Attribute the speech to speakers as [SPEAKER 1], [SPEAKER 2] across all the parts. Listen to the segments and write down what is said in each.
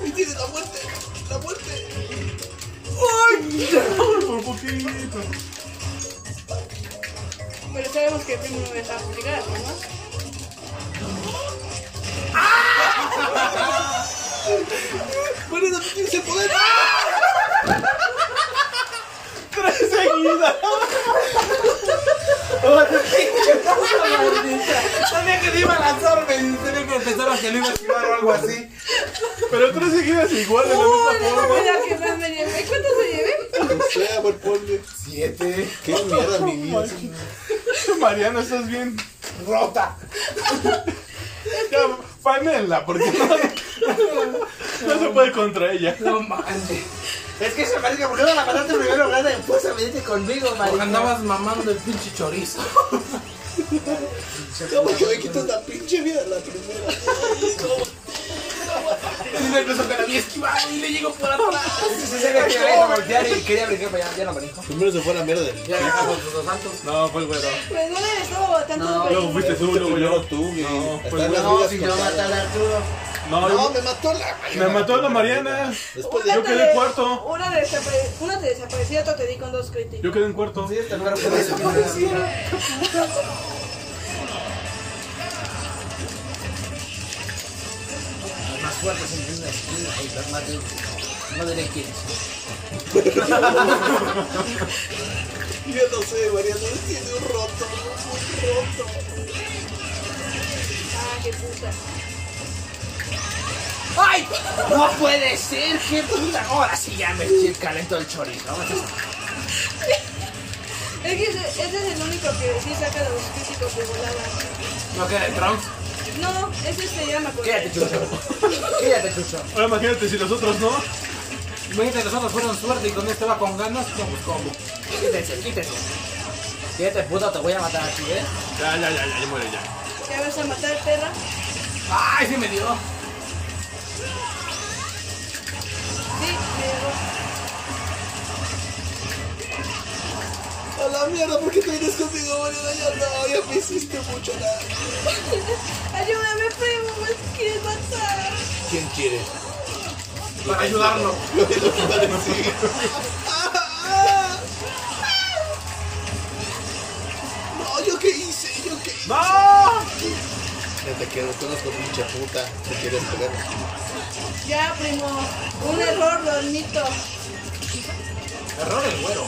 [SPEAKER 1] ¡Ahí tiene la muerte! ¡La muerte!
[SPEAKER 2] ¡Ay! Por poquito.
[SPEAKER 3] Pero sabemos que el primo no deja publicar, ¿no?
[SPEAKER 1] ¡Mariana, tú tienes el poder!
[SPEAKER 2] Tres seguidas. Ahora pinche puta maldita. Sabía que te iba a lanzarme. Tenía que pensar que lo iba a esquivar o algo así.
[SPEAKER 4] Pero tres seguidas igual de la misma
[SPEAKER 3] no
[SPEAKER 4] forma.
[SPEAKER 3] me da que más me llevé. ¿Cuánto se llevé?
[SPEAKER 1] No sé, amor, ponle.
[SPEAKER 2] Siete.
[SPEAKER 1] ¡Qué mierda, mi vida! es una-
[SPEAKER 4] Mariana, estás bien
[SPEAKER 2] Rota.
[SPEAKER 4] Ya, panela, porque no, no se puede contra ella.
[SPEAKER 2] No mames. Es que se me hace que ¿por qué no la mandaste primero grande y después se metiste conmigo, Mariana?
[SPEAKER 5] Andabas mamando el pinche chorizo.
[SPEAKER 1] ¿Cómo que me quitas la pinche vida la primera?
[SPEAKER 5] Y no, incluso te la vi esquivar y le llego por atrás.
[SPEAKER 2] Sí, se me quería voltear y quería brincar, pero ya, ya no manejó.
[SPEAKER 1] Primero se fue la mierda del
[SPEAKER 5] Ya dejamos los dos santos.
[SPEAKER 4] No, fue el güero.
[SPEAKER 3] Me duele el estómago tanto.
[SPEAKER 2] No,
[SPEAKER 3] pero-
[SPEAKER 4] Luego fuiste tú, luego
[SPEAKER 1] Primero
[SPEAKER 4] yo.
[SPEAKER 1] tú, güey.
[SPEAKER 4] No,
[SPEAKER 1] Están
[SPEAKER 4] pues,
[SPEAKER 1] las
[SPEAKER 2] No,
[SPEAKER 1] vidas
[SPEAKER 2] si yo
[SPEAKER 1] contadas.
[SPEAKER 2] maté al Arturo.
[SPEAKER 4] No,
[SPEAKER 1] No,
[SPEAKER 4] yo-
[SPEAKER 1] me mató la Mariana.
[SPEAKER 4] me mató la Mariana.
[SPEAKER 1] Después
[SPEAKER 3] Una
[SPEAKER 1] de
[SPEAKER 4] Yo
[SPEAKER 3] te
[SPEAKER 4] quedé
[SPEAKER 3] de-
[SPEAKER 4] cuarto.
[SPEAKER 3] Una, de desapare- una te desapareció, otra te di con dos críticos.
[SPEAKER 4] Yo quedé en cuarto.
[SPEAKER 2] Sí, este lugar fue desaparecido. Los más fuertes se entienden aquí, y los más débiles. No diré quiénes.
[SPEAKER 1] Yo no sé, Mariana, tiene un roto, un roto.
[SPEAKER 3] Ah, qué puta.
[SPEAKER 2] ¡Ay! ¡No puede ser! ¡Qué puta! Ahora sí ya me eché calento el chorizo. Vamos a
[SPEAKER 3] Es que ese, ese es el único que sí saca los críticos de volada.
[SPEAKER 5] No queda el Trunks.
[SPEAKER 3] No, ese se llama con
[SPEAKER 2] Quédate, chucho. Quédate, chucho.
[SPEAKER 4] Ahora imagínate si los otros no.
[SPEAKER 5] Imagínate, los otros fueron suerte y con este va con ganas. No, pues cómo.
[SPEAKER 2] Quítese, quítese. Quédate, puto, te voy a matar aquí, ¿eh?
[SPEAKER 4] Ya, ya, ya, ya, ya muere ya.
[SPEAKER 3] Te vas a matar, perra.
[SPEAKER 5] ¡Ay, sí me dio!
[SPEAKER 3] Sí, me digo.
[SPEAKER 1] A la mierda, ¿por qué te vienes conmigo, Mariana? Ya no, ya me hiciste mucho daño.
[SPEAKER 3] Ayúdame, primo, me quieres matar.
[SPEAKER 1] ¿Quién quiere?
[SPEAKER 5] Para ayudarlo.
[SPEAKER 1] Lo que nos va a decir. No, ¿yo qué hice? ¿Yo qué hice?
[SPEAKER 4] ¡No!
[SPEAKER 1] Ya te quedo, conozco pinche puta. Te quieres pegar.
[SPEAKER 3] Ya, primo. Un error, lo admito.
[SPEAKER 5] Error el güero.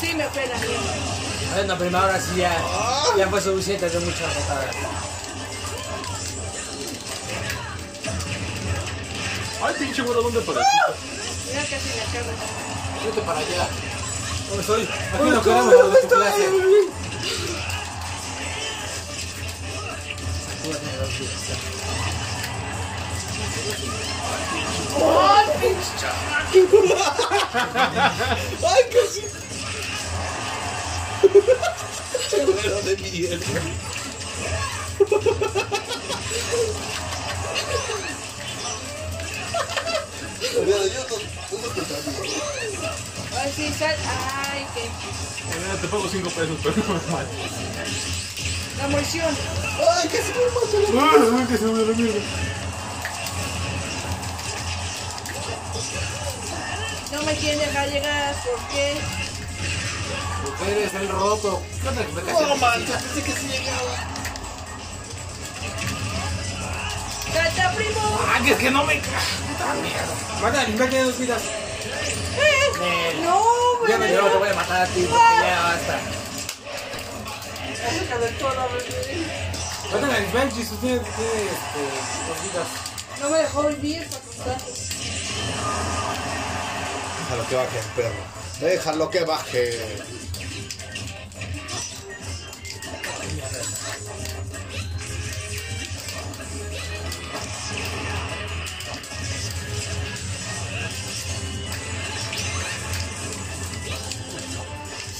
[SPEAKER 3] Sí, me pena.
[SPEAKER 2] Bueno, primero ahora sí ya, ya fue suficiente de muchas patadas.
[SPEAKER 4] Ay, pinche güero, ¿dónde para
[SPEAKER 3] Mira, casi me acabo.
[SPEAKER 5] Vete para allá. ¿Dónde estoy? Aquí no queremos los de tu clase.
[SPEAKER 1] ¡Ay, casi! Pero de mierda. Mariana, yo no, no te cambio.
[SPEAKER 3] Ay, sí, sal. Ay, qué.
[SPEAKER 4] Te pago cinco pesos, pero no me mates.
[SPEAKER 3] La morción.
[SPEAKER 1] ¡Ay, casi me mato la
[SPEAKER 4] ¡Ah, que se me la mierda!
[SPEAKER 3] No me quieren dejar llegar. ¿Por qué?
[SPEAKER 5] Porque eres el roto. ¿Qué otra explicación?
[SPEAKER 1] ¡No manches! Pensé que sí llegaba.
[SPEAKER 3] ¡Cata, primo!
[SPEAKER 5] ¡Ah, que es que no me ca... ¡Puta mierda!
[SPEAKER 2] Mata, me quedan dos vidas.
[SPEAKER 3] ¡Eh! No,
[SPEAKER 2] Ya
[SPEAKER 3] bueno.
[SPEAKER 2] me yo te voy a matar a ti porque ya basta.
[SPEAKER 5] Mátale al Benji, su tiene, tiene, este, dos vidas.
[SPEAKER 3] No me dejó vivir para contar.
[SPEAKER 1] Déjalo que baje, perro. Déjalo que baje.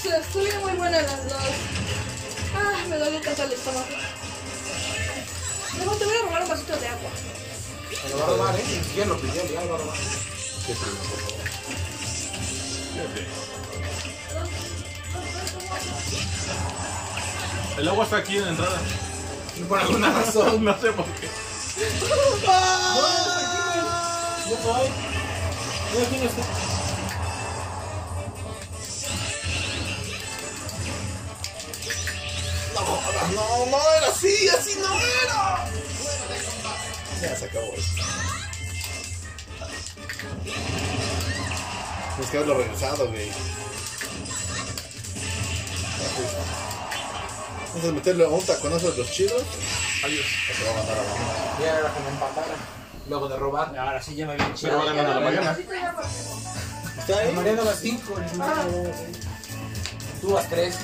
[SPEAKER 3] Se estuvieron muy buenas las dos. Ah, me duele tanto el estómago. Mejor te voy a robar un vasito de agua.
[SPEAKER 1] Se lo va a robar, ¿eh? Ni siquiera lo pidió, ya lo va a robar.
[SPEAKER 4] El agua está aquí en la entrada.
[SPEAKER 1] Por alguna razón.
[SPEAKER 4] No sé por qué.
[SPEAKER 1] No voy. Mira quién está.
[SPEAKER 6] No, no era así, así no era. Ya se acabó esto. Tienes que haberlo regresado, güey. Vamos a meterle a un taconazo de los chidos.
[SPEAKER 4] Adiós.
[SPEAKER 6] o te va a matar a la gente.
[SPEAKER 1] Ya era que me empatara. Luego de robar.
[SPEAKER 2] Ahora sí ya me bien
[SPEAKER 4] Pero va ganando la mañana.
[SPEAKER 6] ¿Está ahí?
[SPEAKER 1] Mariano a las 5.
[SPEAKER 3] Ah,
[SPEAKER 1] Tú vas 3.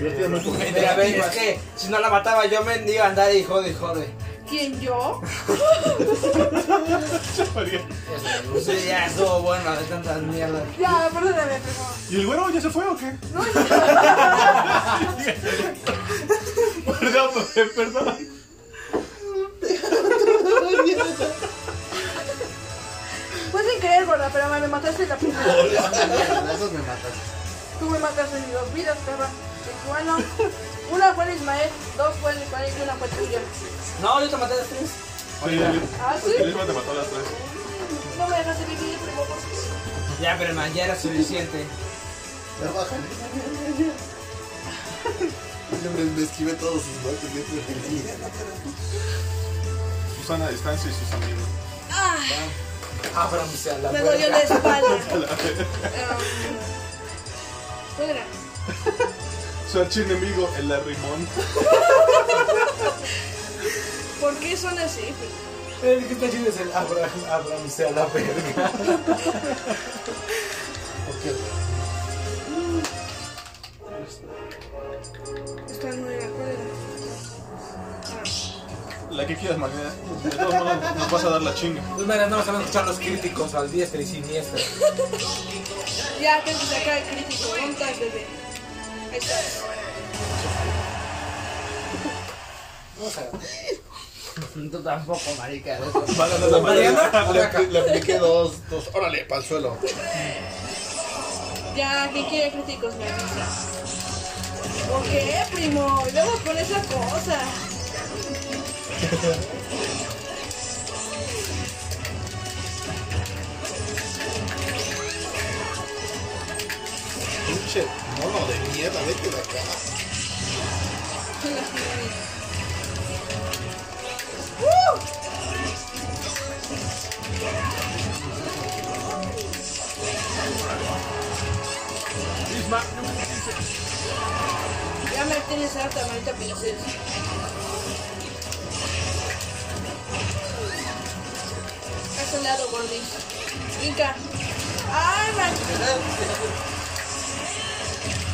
[SPEAKER 6] Yo te amo.
[SPEAKER 2] Mira, ve, es que si no la mataba yo me iba a andar y jode y jode.
[SPEAKER 3] ¿Quién yo?
[SPEAKER 2] Pues sí, ya estuvo bueno de tantas mierdas.
[SPEAKER 3] Ya, perdóname, primo.
[SPEAKER 4] ¿Y el güero ya se fue o qué?
[SPEAKER 3] No,
[SPEAKER 4] Perdón, perdón.
[SPEAKER 3] fue sin querer, gorda, pero me mataste la primera.
[SPEAKER 1] Esos me mataste.
[SPEAKER 3] Tú me mataste en dos vidas, perra. Y Bueno, una fue de Ismael, dos fue de Ismael y una fue tuya.
[SPEAKER 2] No, yo te maté a las tres.
[SPEAKER 3] ¿Ah, sí?
[SPEAKER 4] El Isma te mató a las tres.
[SPEAKER 3] No me dejaste vivir, primo. ¿por qué?
[SPEAKER 2] Ya, pero man, ya era suficiente.
[SPEAKER 6] Ya bájale. Siempre me esquivé todos sus golpes. siempre me esquivé.
[SPEAKER 4] Susana a distancia y sus amigos.
[SPEAKER 3] Ah,
[SPEAKER 1] Ábranse a la
[SPEAKER 3] me dolió la
[SPEAKER 1] verga.
[SPEAKER 3] espalda. Ah, Suegra.
[SPEAKER 4] Su archienemigo, el arrimón.
[SPEAKER 3] ¿Por qué son así? Pues,
[SPEAKER 1] El que Eh, está chido es el abra- ábranse a la verga.
[SPEAKER 3] Esta no era cuerda.
[SPEAKER 4] La que quieras, Marina. De todos modos, nos vas a dar la chinga.
[SPEAKER 1] Pues mira, no se van a escuchar los críticos al diestra y siniestra.
[SPEAKER 3] Ya, tengo que sacar el crítico. ¿Dónde estás, bebé? Ahí está.
[SPEAKER 1] Vamos a ver.
[SPEAKER 2] Tú tampoco, marica.
[SPEAKER 4] Va a ganar la
[SPEAKER 1] Mariana,
[SPEAKER 6] Le, apli- le apliqué dos, dos. Órale, pa'l suelo.
[SPEAKER 3] Ya, ¿quién quiere críticos? Me avisa. ¿Por qué, primo? Y luego con esa cosa.
[SPEAKER 6] Pinche mono de mierda, vete de acá.
[SPEAKER 3] Uh.
[SPEAKER 4] Isma.
[SPEAKER 3] Ya me tienes harta, maldita princesa. Haz un lado, gordis. Inca. Ay, maldita.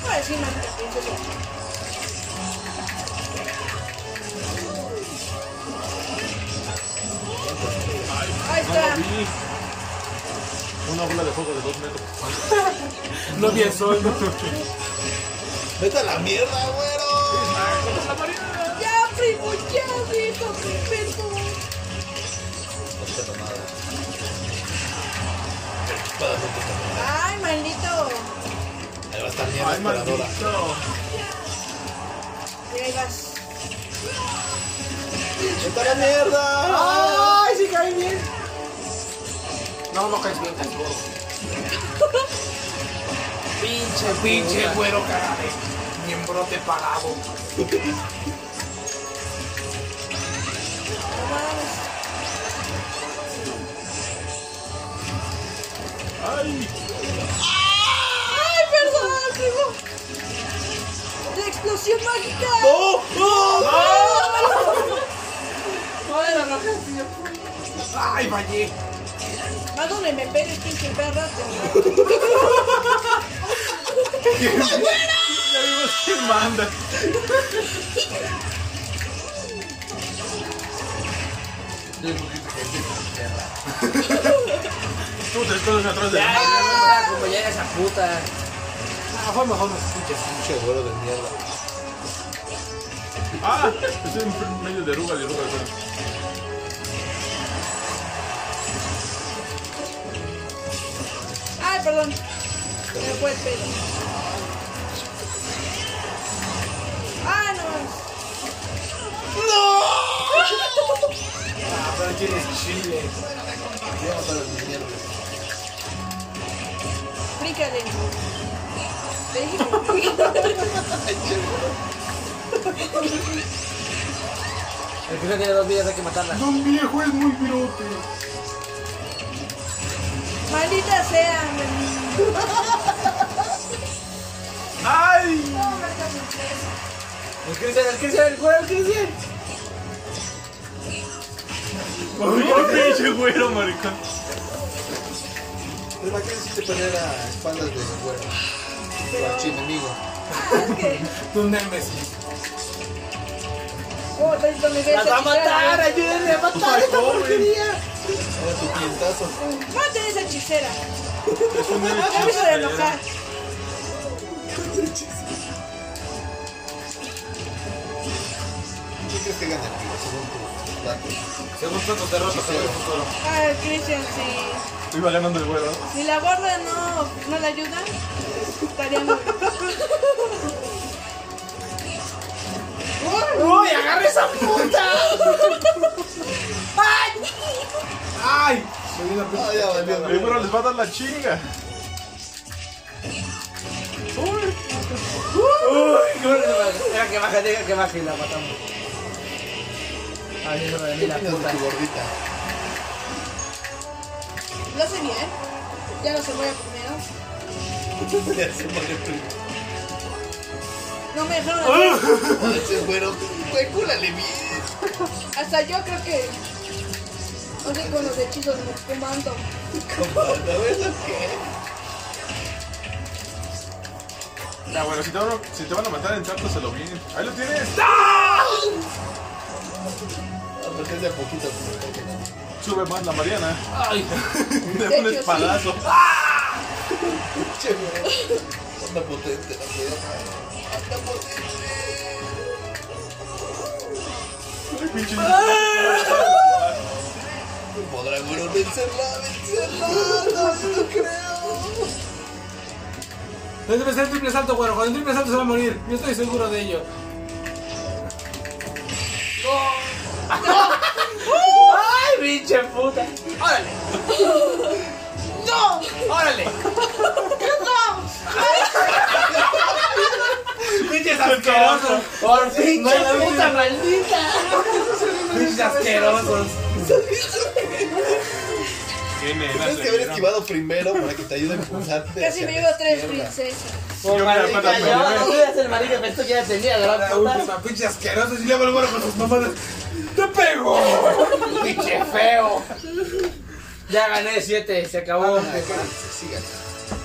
[SPEAKER 3] Ahora sí, maldita princesa. Ahí está.
[SPEAKER 4] Una bola de fuego de dos metros.
[SPEAKER 1] No vi el sol, ¿no?
[SPEAKER 6] Vete a la mierda, güero.
[SPEAKER 3] Ya, primo, ya, viejo, primo. Ay, maldito.
[SPEAKER 6] Ahí va a estar mierda esperadora.
[SPEAKER 3] Y ahí vas.
[SPEAKER 6] Vete a la mierda.
[SPEAKER 1] ¡Ay, sí cae bien! No, no caes bien, caes gordo. Pinche, pinche güero cara de miembrote parado.
[SPEAKER 3] No mames.
[SPEAKER 4] Ay,
[SPEAKER 3] Ay, perdón, primo. La explosión mágica.
[SPEAKER 6] ¡Oh! ¡Oh!
[SPEAKER 1] ¡Ay, Valle!
[SPEAKER 3] Más donde me pegues, pinche perra. te-
[SPEAKER 4] ya vimos quién manda. Tú tres cosas atrás de
[SPEAKER 2] Ya,
[SPEAKER 4] mí.
[SPEAKER 2] ya, como ya era esa puta.
[SPEAKER 1] No, fue mejor no se escucha.
[SPEAKER 6] Pinche güero de mierda.
[SPEAKER 4] Ah, estoy en medio de ruga, de ruga, de ruga.
[SPEAKER 3] Ay, perdón. Se me fue el pelo. Ah, no.
[SPEAKER 2] Ah, pero tienes chile. Ya vamos a los mierdas.
[SPEAKER 3] Bríncale. Te dije que-
[SPEAKER 2] El que no tiene dos vidas hay que matarla.
[SPEAKER 4] Don viejo es muy virote.
[SPEAKER 3] Maldita sea, güey.
[SPEAKER 4] ¡Ay!
[SPEAKER 3] No, marca mi peso.
[SPEAKER 2] El Cristian, el Cristian, el cuero, el Cristian.
[SPEAKER 4] Por favor, pinche güero, maricón.
[SPEAKER 1] El vaquero sí se poner a espaldas de fuera.
[SPEAKER 3] Pero-
[SPEAKER 1] O archienemigo.
[SPEAKER 3] Ah, es que.
[SPEAKER 2] Un Nemesis.
[SPEAKER 3] Oh, tanto me ves
[SPEAKER 2] ¡Las va a
[SPEAKER 3] a ¿eh?
[SPEAKER 2] matar! ¡Ayúdenme a matar esta
[SPEAKER 4] joven.
[SPEAKER 2] porquería!
[SPEAKER 1] Era tu pientazo.
[SPEAKER 3] Maten esa hechicera. Ya me hizo de enojar.
[SPEAKER 1] ¿Quién crees que gana aquí? Según tus datos.
[SPEAKER 2] Según tú, tus derrotas, según el futuro.
[SPEAKER 3] Ay, Cristian, si,
[SPEAKER 4] Iba ganando el güero.
[SPEAKER 3] si la gorda no, no la ayuda, estaría muy
[SPEAKER 2] ¡Uy, agarra esa puta! ¡Ay!
[SPEAKER 1] Ah, ya valió.
[SPEAKER 4] El güero les va a dar la chinga.
[SPEAKER 2] ¡Uy! qué bueno que baja. Era que baja, diga que baja y la matamos. Ay, eso de mí la
[SPEAKER 1] Mira
[SPEAKER 2] puta.
[SPEAKER 1] tu gordita.
[SPEAKER 3] Lo hace bien. Ya no se muere primero.
[SPEAKER 1] Ya se muere primero.
[SPEAKER 3] No me dejaron
[SPEAKER 2] Ah.
[SPEAKER 3] hacer.
[SPEAKER 1] Ay, Ese güero, güey, cúlale bien.
[SPEAKER 3] Hasta yo creo que. No sé, con los hechizos me comando.
[SPEAKER 1] Compadre, a ver, ¿eso qué?
[SPEAKER 4] Ya, Ah, bueno, si te, van a, si te van a matar en tanto, se lo bien. Ahí lo tienes.
[SPEAKER 1] Ah, porque es de a poquito. pues, porque no.
[SPEAKER 4] Sube más la Mariana.
[SPEAKER 2] ¡Ay!
[SPEAKER 4] De
[SPEAKER 3] hecho,
[SPEAKER 4] un
[SPEAKER 3] sí.
[SPEAKER 4] espadazo.
[SPEAKER 1] Che, güey. Onda potente, la güey. Onda potente.
[SPEAKER 4] Ay, pinche.
[SPEAKER 1] ¿Podrá güero vencerla? ¡Vencerla! ¡No, no lo creo!
[SPEAKER 2] No debe ser el triple salto, güero. Con el triple salto se va a morir. Yo estoy seguro de ello. ¡Ay, pinche puta! ¡Órale!
[SPEAKER 3] ¡No!
[SPEAKER 2] ¡Órale!
[SPEAKER 3] ¡No!
[SPEAKER 2] ¡Pinches asquerosos! ¡Por fin! puta maldita! ¡Pinches asquerosos!
[SPEAKER 4] Qué nena
[SPEAKER 1] Tienes
[SPEAKER 4] se
[SPEAKER 1] que haber
[SPEAKER 4] vieron.
[SPEAKER 1] esquivado primero para que te ayude a impulsarte.
[SPEAKER 3] Casi
[SPEAKER 1] hacia
[SPEAKER 3] me
[SPEAKER 1] la
[SPEAKER 3] llevo tres
[SPEAKER 1] izquierda.
[SPEAKER 3] princesas.
[SPEAKER 2] Por
[SPEAKER 4] Yo
[SPEAKER 2] marica,
[SPEAKER 4] me la
[SPEAKER 2] yo
[SPEAKER 4] perdí.
[SPEAKER 2] no soy el marica, pero esto ya tenía, ¿verdad?
[SPEAKER 7] La última, pinche asqueroso. Y luego el güero con sus mamadas. ¡Te pego!
[SPEAKER 2] ¡Pinche feo! Ya gané 7, se acabó.
[SPEAKER 1] Ah, sí, sí, gana.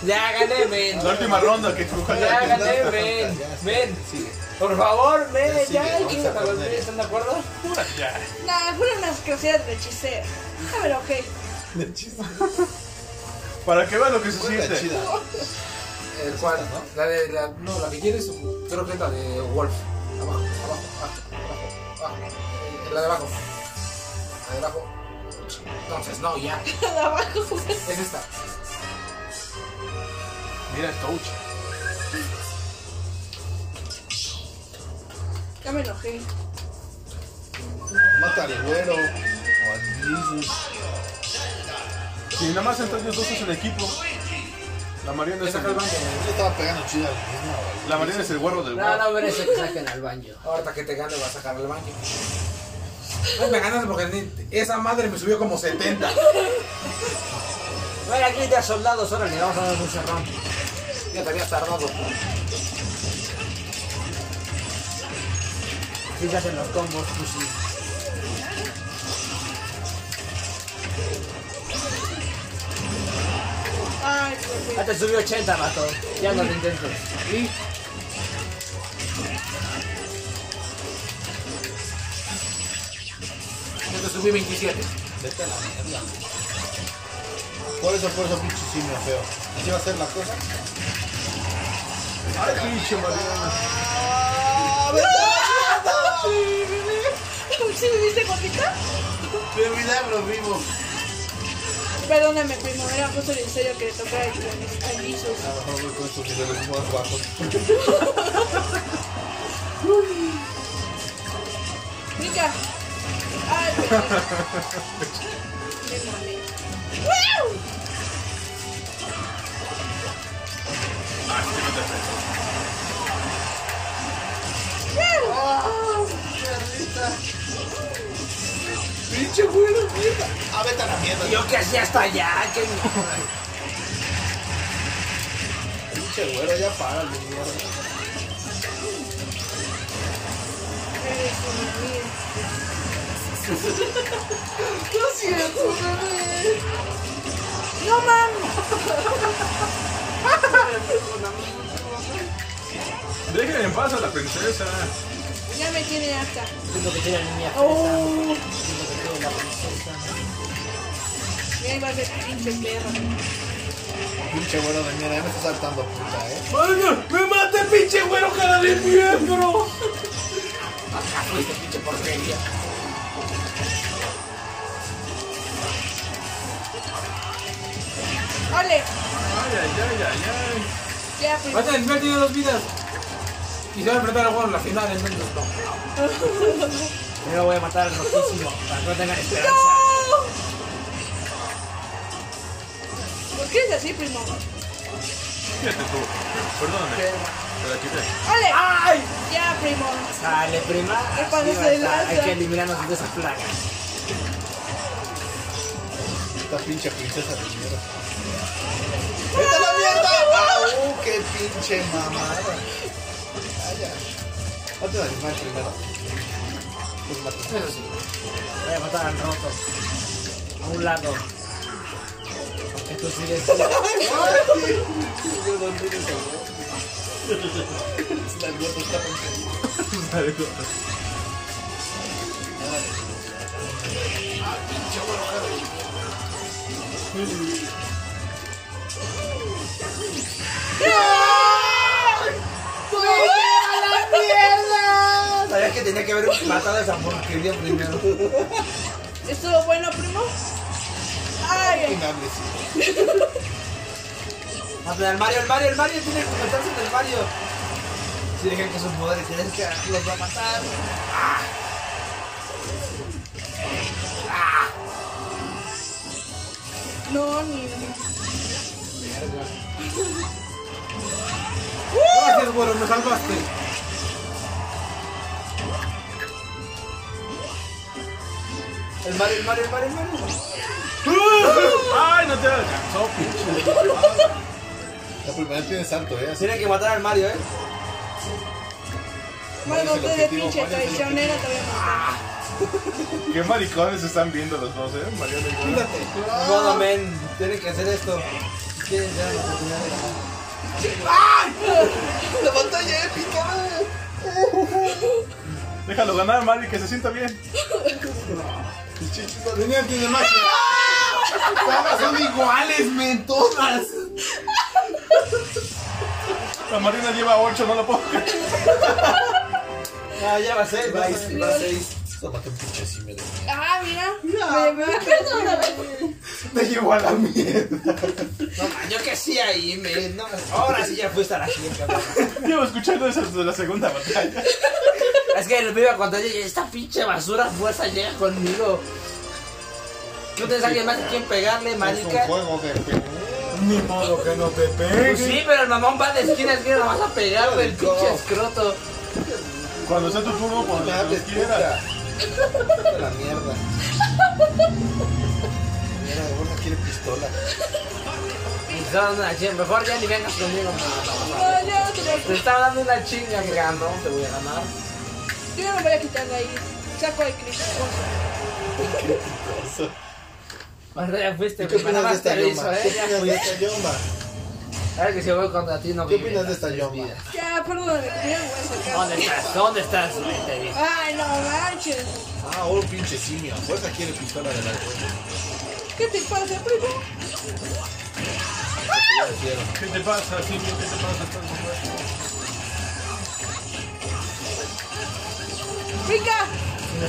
[SPEAKER 2] Ya gané, men.
[SPEAKER 4] La última ronda que tú
[SPEAKER 2] Ya
[SPEAKER 4] jugaste.
[SPEAKER 2] gané, men. Men, por favor, men. Ya, hay que ir a los men, ¿están de acuerdo?
[SPEAKER 4] Ya.
[SPEAKER 3] Nah, fueron unas groserías de hechicera. A ver, ok.
[SPEAKER 1] La chiste.
[SPEAKER 4] Para que veas lo que se
[SPEAKER 1] Fue la
[SPEAKER 4] siente.
[SPEAKER 1] chida.
[SPEAKER 2] El cual, ¿no? La de la. No, la que quieres, creo que es la de Wolf. Abajo, abajo, abajo, abajo, abajo. Eh, La de abajo. La de abajo. Entonces, no, ya.
[SPEAKER 3] Cada abajo.
[SPEAKER 2] Es esta.
[SPEAKER 4] Mira el coach.
[SPEAKER 3] Ya me enojé.
[SPEAKER 1] Mata al güero. O al Jesus.
[SPEAKER 4] Si nada más entran ellos dos es el equipo. La Mariana es
[SPEAKER 2] Esa
[SPEAKER 4] el,
[SPEAKER 2] que al baño.
[SPEAKER 1] Yo estaba pegando chido al mismo, güey.
[SPEAKER 4] la Mariana es el guarro del
[SPEAKER 8] No,
[SPEAKER 4] guarro.
[SPEAKER 8] no merece que saquen al baño.
[SPEAKER 2] Ahorita que te gane, vas a sacar al baño.
[SPEAKER 7] No me ganaste porque ni- esa madre me subió como 70.
[SPEAKER 8] Bueno, aquí ya soldados, órale, vamos a dar un cerrón.
[SPEAKER 2] Ya te habías tardado.
[SPEAKER 8] Si se hacen los combos, pues sí.
[SPEAKER 3] Ay, qué
[SPEAKER 2] Ah,
[SPEAKER 8] Ya te subí 80, mato. Ya no lo intentes.
[SPEAKER 2] Yo te subí 27.
[SPEAKER 1] Vete a la mierda. Por eso, por eso, pinche simio feo. Así va a ser la cosa.
[SPEAKER 4] Ay, pinche Mariana.
[SPEAKER 1] ¡Ah! ¡Verdad!
[SPEAKER 3] ¿Sí viviste gordita?
[SPEAKER 1] De milagro vivo.
[SPEAKER 3] Perdóname, primo, era justo en serio que le tocara el al Jesús.
[SPEAKER 6] A lo mejor voy con estos niveles más bajos.
[SPEAKER 3] Mica. Ay, perdón. Me mamé. ¡Wow!
[SPEAKER 6] Pinche güero, mierda. Ah, vete a la mierda.
[SPEAKER 2] Yo que hacía hasta allá, que
[SPEAKER 6] Pinche güero, ya para, mierda.
[SPEAKER 3] Eres una mierda.
[SPEAKER 6] No es cierto, bebé.
[SPEAKER 3] No mames.
[SPEAKER 4] Dejen en paz a la princesa.
[SPEAKER 3] Ya me tiene harta.
[SPEAKER 2] es lo que tiene la niña fresa,
[SPEAKER 3] Oh,
[SPEAKER 2] es lo que tiene la princesa.
[SPEAKER 3] mira, ahí va a ser pinche perro.
[SPEAKER 6] Pinche güero de mierda, ya me está saltando puta, eh.
[SPEAKER 4] ¡Mario! ¡Me mate, pinche güero, cara de miembro!
[SPEAKER 3] ¡Ole!
[SPEAKER 4] Ay, ay, ay, ay, ay.
[SPEAKER 3] Ya, primo.
[SPEAKER 9] Vaya, el nivel tiene dos vidas. Y se va a enfrentar al juego en la final, entonces no.
[SPEAKER 2] Yo lo voy a matar al rojísimo, para que no tengan esperanza.
[SPEAKER 3] ¡No! ¿Por qué es así, primo?
[SPEAKER 4] Fíjate tú. Perdóname. Te la quité.
[SPEAKER 3] ¡Ole! ¡Ay! Ya, primo.
[SPEAKER 2] Sale, prima.
[SPEAKER 3] ¿Qué pasa,
[SPEAKER 2] así va a estar.
[SPEAKER 3] Celasta?
[SPEAKER 2] Hay que eliminarnos de esa plaga.
[SPEAKER 6] Esta pinche princesa de mierda. ¡Vete a la mierda! ¡Uh, qué pinche mamada! Vaya. Ponte a animar primero. Pues mata.
[SPEAKER 9] Eso sí.
[SPEAKER 2] Voy a matar al roto. A un lado. Aunque tú sigues. Yo
[SPEAKER 1] Sabía que tenía que haber matado a esa porquería primero.
[SPEAKER 3] ¿Estuvo bueno, primo? ¡Ay!
[SPEAKER 1] Hazle al Mario, el Mario, el Mario tiene que matarse en el Mario. Si dejan que sus poderes crezcan, los va a matar.
[SPEAKER 3] No, ni.
[SPEAKER 1] Gracias, güero, me salvaste. El Mario, el Mario, el Mario, el Mario.
[SPEAKER 4] ¡Ay, no te alcanzó, pinche!
[SPEAKER 6] La primera tiene salto, eh. Así
[SPEAKER 1] Tiene que matar al Mario, eh.
[SPEAKER 3] Bueno,
[SPEAKER 6] ¿Cuál es el
[SPEAKER 3] ustedes,
[SPEAKER 6] objetivo?
[SPEAKER 3] pinche
[SPEAKER 6] ¿Cuál es el
[SPEAKER 3] traicionera, te voy a matar.
[SPEAKER 4] Qué maricones están viendo los dos, eh. Mariana y Juana.
[SPEAKER 1] No, men, tienen que hacer esto. Tienen que dar la oportunidad de ganar.
[SPEAKER 6] la batalla épica.
[SPEAKER 4] Déjalo ganar, Mario, que se sienta bien.
[SPEAKER 9] Tenían tiene magia.
[SPEAKER 6] Todas son iguales, men, todas.
[SPEAKER 4] La Marina lleva 8, no lo puedo creer.
[SPEAKER 1] Ah, ya va a ser, va a ser.
[SPEAKER 6] Va 6. Tómate un pinche cimedo.
[SPEAKER 3] ¡Ah, mira! Me, me va a caer una vez.
[SPEAKER 6] Me llevo a la mierda.
[SPEAKER 1] No, man, yo que sí ahí, men. No, ahora sí ya fuiste a la chica,
[SPEAKER 4] Llevo escuchando eso desde la segunda batalla.
[SPEAKER 2] Es que el pibe cuando llegue, esta pinche basura fuerza llega conmigo.
[SPEAKER 1] ¿No tienes alguien más a quien pegarle, marica?
[SPEAKER 6] juego de
[SPEAKER 9] Ni modo que no te
[SPEAKER 2] Pues
[SPEAKER 9] pegue.
[SPEAKER 2] sí, pero el mamón va de esquina a esquina, lo vas a pegar del pinche escroto.
[SPEAKER 4] Cuando sea tu turno, cuando
[SPEAKER 6] Nada
[SPEAKER 4] tú
[SPEAKER 6] de
[SPEAKER 4] quieras.
[SPEAKER 6] puta. la mierda. Mira, de buena quiere pistola.
[SPEAKER 2] Y te estaba dando una chinga. Mejor ya ni vengas conmigo. mamá.
[SPEAKER 3] No, ya, te lo-
[SPEAKER 2] Te estaba dando una chinga, me ganó. Te voy a ganar.
[SPEAKER 3] Yo ya me voy a quitar de ahí. Saco el cristicoso.
[SPEAKER 2] Bueno, ya fuiste,
[SPEAKER 6] ¿Y ¿Qué
[SPEAKER 2] me
[SPEAKER 6] opinas de
[SPEAKER 2] ganaste
[SPEAKER 6] esta
[SPEAKER 2] el
[SPEAKER 6] yoma?
[SPEAKER 2] eh.
[SPEAKER 6] ¿Qué
[SPEAKER 2] Ya
[SPEAKER 6] opinas de
[SPEAKER 2] fuiste.
[SPEAKER 6] esta yoma?
[SPEAKER 2] Ahora que si voy contra ti no
[SPEAKER 6] ¿Qué
[SPEAKER 2] vive,
[SPEAKER 6] opinas de
[SPEAKER 2] no
[SPEAKER 6] esta
[SPEAKER 2] se
[SPEAKER 6] yoma?
[SPEAKER 2] olvida.
[SPEAKER 3] Ya, perdóname, ya me voy a sacar.
[SPEAKER 2] ¿Dónde estás? ¿Dónde estás? Vete bien.
[SPEAKER 3] Ay, no manches.
[SPEAKER 6] Ah, un pinche simio. Fuerza quiere pistola de la
[SPEAKER 3] ¿Qué te pasa, primo?
[SPEAKER 4] ¿Qué te pasa, Silvio? ¿Qué te pasa? Estás muy mal.
[SPEAKER 3] ¡Venga!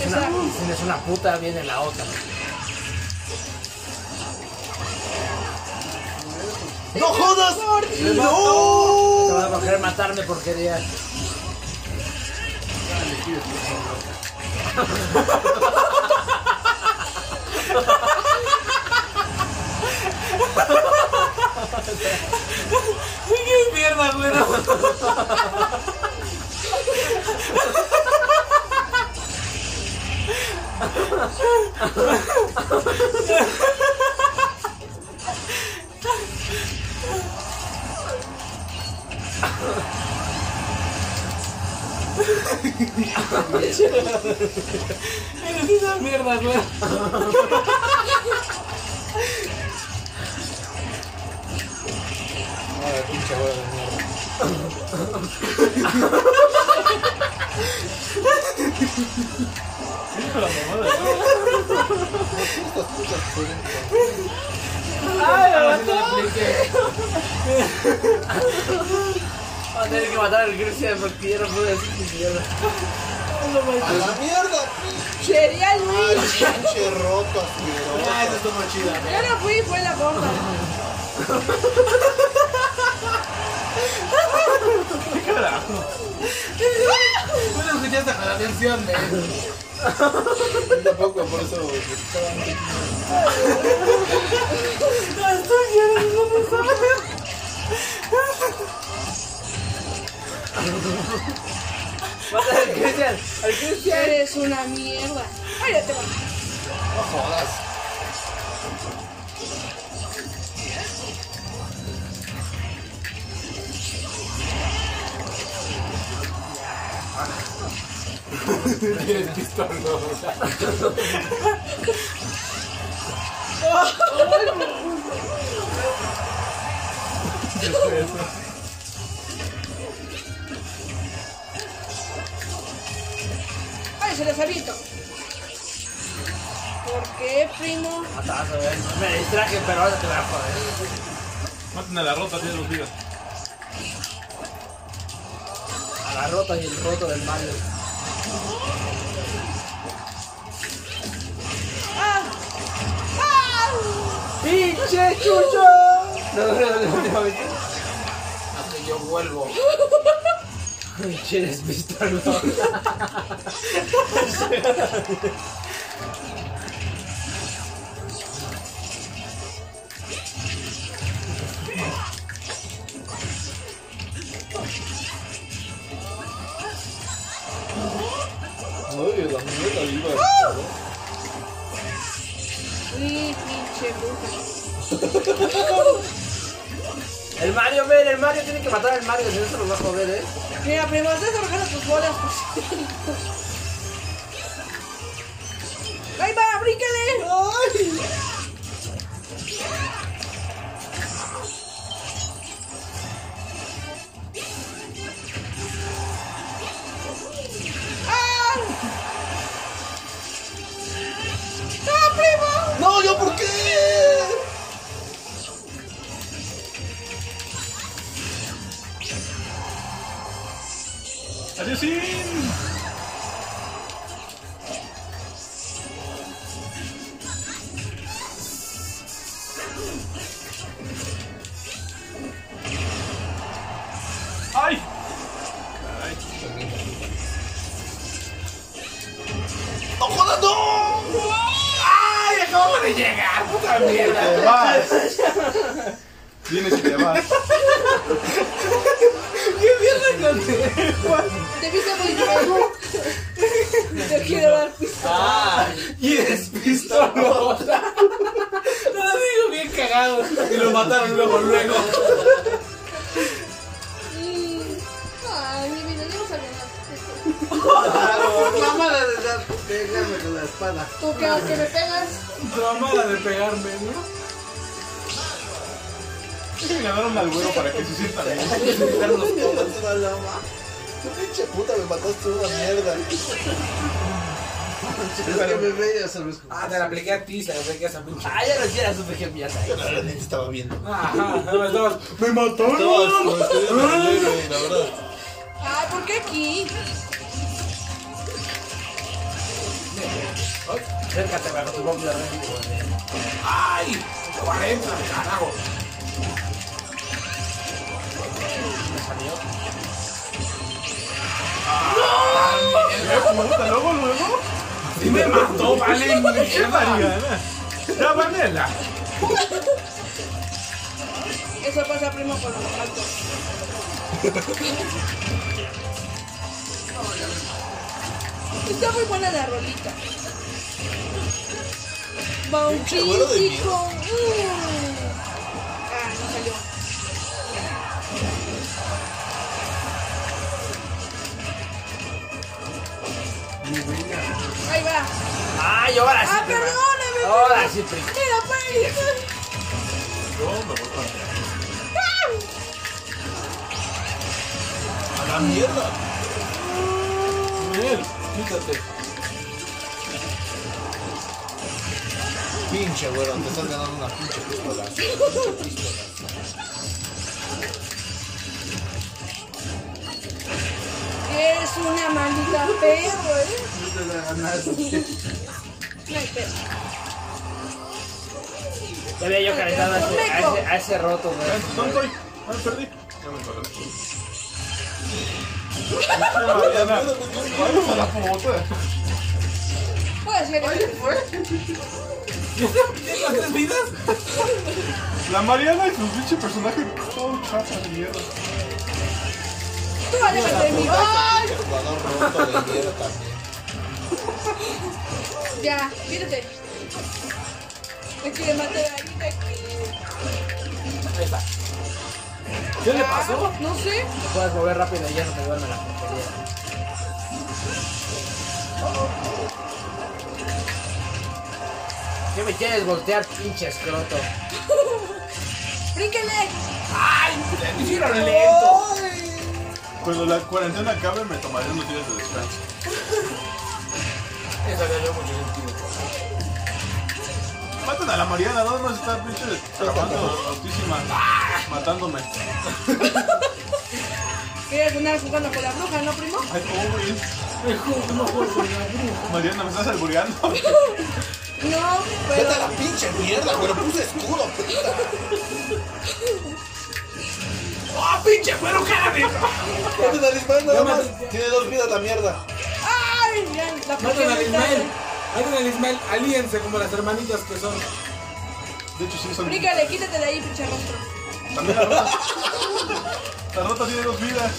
[SPEAKER 2] Si no es una, si no es una puta, viene la otra.
[SPEAKER 6] ¡No jodas!
[SPEAKER 2] Te
[SPEAKER 6] ¡No!
[SPEAKER 2] vas a coger matarme porquería.
[SPEAKER 1] ¡Qué mierda, güero! Eres una mierda, güero.
[SPEAKER 6] Ahora, pinche huevo de mierda. Estas putas pueden con-
[SPEAKER 2] Va a tener que matar al Cristian porque yo no puedo decir mi mierda.
[SPEAKER 6] ¡A la mierda!
[SPEAKER 3] Sería
[SPEAKER 6] ¡Ay,
[SPEAKER 3] Luis.
[SPEAKER 6] pinche roto asqueroso!
[SPEAKER 1] Ah, esa estuvo chida, güey.
[SPEAKER 3] Yo no fui, fue la gorda.
[SPEAKER 1] Tú lo escuchaste con atención, güey.
[SPEAKER 6] Yo tampoco, por eso estaba antes.
[SPEAKER 2] Mata al Cristian. Al Cristian.
[SPEAKER 3] Eres una mierda. Ay, ya te va.
[SPEAKER 6] No jodas.
[SPEAKER 9] Eres pistolón.
[SPEAKER 3] Ay, se los aviento. ¿Por qué, primo?
[SPEAKER 2] Matazo, güey. eh. Me distraje, pero ahora te voy a joder.
[SPEAKER 4] Maten a la rota, tiene los días.
[SPEAKER 2] A la rota y el roto del Mario.
[SPEAKER 3] ¡Ah! ¡Ah!
[SPEAKER 2] ¡Pinche chucho! No, no, no, no.
[SPEAKER 9] Hasta que yo vuelvo.
[SPEAKER 2] Pinche eres pistolón.
[SPEAKER 6] Ay, la mierda viva.
[SPEAKER 3] Sí, pinche bruja.
[SPEAKER 2] El Mario, ven, el Mario tiene que matar al Mario, si no se lo va a joder, eh.
[SPEAKER 3] Mira, primo, estás arrojando tus bolas. ¡Ahí va, bríncale! ¡Ay! ¡Ah! ¡No, primo!
[SPEAKER 6] No, yo por qué.
[SPEAKER 4] ¡Adiosín! ¡Ay!
[SPEAKER 6] No jodas, no.
[SPEAKER 1] ¡Ay, acabamos de llegar! ¡Puta mierda!
[SPEAKER 4] ¡Te vas! Vienes y te vas.
[SPEAKER 3] Te viste muy nuevo. Te quiero dar
[SPEAKER 1] ¡Y eres pistolón! No lo digo bien cagado. Y lo mataron luego, luego.
[SPEAKER 3] Mm. Ay, mi vida, yo no sabía nada.
[SPEAKER 1] Tramada de,
[SPEAKER 6] Déjame con la espada.
[SPEAKER 3] Tú que aunque me pegas,
[SPEAKER 1] tramada de pegarme, ¿no?
[SPEAKER 4] Le ganaron al güero para que se sienta bien.
[SPEAKER 6] Toda la ma- Tu pinche puta me mataste una mierda. Es que me veías, ¿sabes?
[SPEAKER 9] Ah, te la apliqué a ti, se la apliqué a esa pinche.
[SPEAKER 2] Ah, ya lo hiciera, supe que mierda.
[SPEAKER 6] Yo la verdad ni te estaba viendo.
[SPEAKER 9] Ajá, no, estabas, ¡Me mataron! Ah.
[SPEAKER 6] Estabas como estoy en la verdad.
[SPEAKER 3] ay, ¿por qué aquí?
[SPEAKER 2] Acércate bajo tu propia red.
[SPEAKER 9] ¡Ay! ¡40, carajo!
[SPEAKER 2] Me salió.
[SPEAKER 4] Puta, luego, luego.
[SPEAKER 1] Y me mató, vale.
[SPEAKER 4] ¡Qué mariana! ¡Ya, Vanela!
[SPEAKER 3] Eso pasa, primo, por los altos. Está muy buena la rolita.
[SPEAKER 6] abuelo de
[SPEAKER 3] Bautístico.
[SPEAKER 6] miedo.
[SPEAKER 3] Ah, no salió. Ahí va.
[SPEAKER 2] ¡Ay, ahora sí!
[SPEAKER 3] Ah,
[SPEAKER 2] prima.
[SPEAKER 3] perdóname.
[SPEAKER 2] Ahora
[SPEAKER 3] primo.
[SPEAKER 2] sí, prima.
[SPEAKER 3] Mira, pues.
[SPEAKER 6] A la mierda.
[SPEAKER 4] Miguel, quítate.
[SPEAKER 6] Pinche güero, te estás ganando una pinche pistola.
[SPEAKER 3] Eres una maldita perro, ¿eh?
[SPEAKER 6] No te la ganaste.
[SPEAKER 3] No hay perro.
[SPEAKER 2] Ya había yo calentado a ese, a ese, a ese roto, güey.
[SPEAKER 4] ¿Dónde estoy? Ah, perdí. Ya me encontré.
[SPEAKER 6] Ya
[SPEAKER 4] Mariana,
[SPEAKER 6] puedo, güey.
[SPEAKER 4] vamos a la pomota.
[SPEAKER 3] Puede ser.
[SPEAKER 1] ¿Las tres vidas?
[SPEAKER 4] La Mariana y su pinche personaje todo chapa de mierda.
[SPEAKER 3] Tú aléjate de mí. Ay,
[SPEAKER 6] Jugador roto de mierda también.
[SPEAKER 3] Ya, mírate. Es que le maté a alguien aquí.
[SPEAKER 2] Ahí está.
[SPEAKER 4] ¿Qué le pasó?
[SPEAKER 3] Ah, No sé.
[SPEAKER 2] Te puedes mover rápido y ya no te duerme la puntería. ¿Qué me quieres voltear, pinche escroto?
[SPEAKER 3] Brínquele.
[SPEAKER 1] Me hicieron lento.
[SPEAKER 4] Cuando la cuarentena acabe me tomaré unos días de descanso.
[SPEAKER 9] Esa le dio mucho sentido.
[SPEAKER 4] Matan a la Mariana, nada más está pinche trabajando autísima, matándome.
[SPEAKER 3] ¿Quieres sonar jugando con la bruja, no, primo?
[SPEAKER 4] Ay, pobre. Mariana, me estás albureando.
[SPEAKER 3] No,
[SPEAKER 6] Vete a
[SPEAKER 3] pero.
[SPEAKER 6] la pinche mierda, güero. Puse escudo, puta.
[SPEAKER 1] ¡Oh, pinche cuero, cállate!
[SPEAKER 6] Ponte talismán nada más. Tiene dos vidas la mierda.
[SPEAKER 3] ¡Ay! Ya, la
[SPEAKER 1] Matan
[SPEAKER 3] próxima
[SPEAKER 1] al Ismael.
[SPEAKER 3] vez.
[SPEAKER 1] Matan al Ismael. Alíense como las hermanitas que son.
[SPEAKER 4] De hecho, sí son.
[SPEAKER 3] Brínquele, quítate de ahí, pinche rostro.
[SPEAKER 4] También la rota. La rota tiene dos vidas.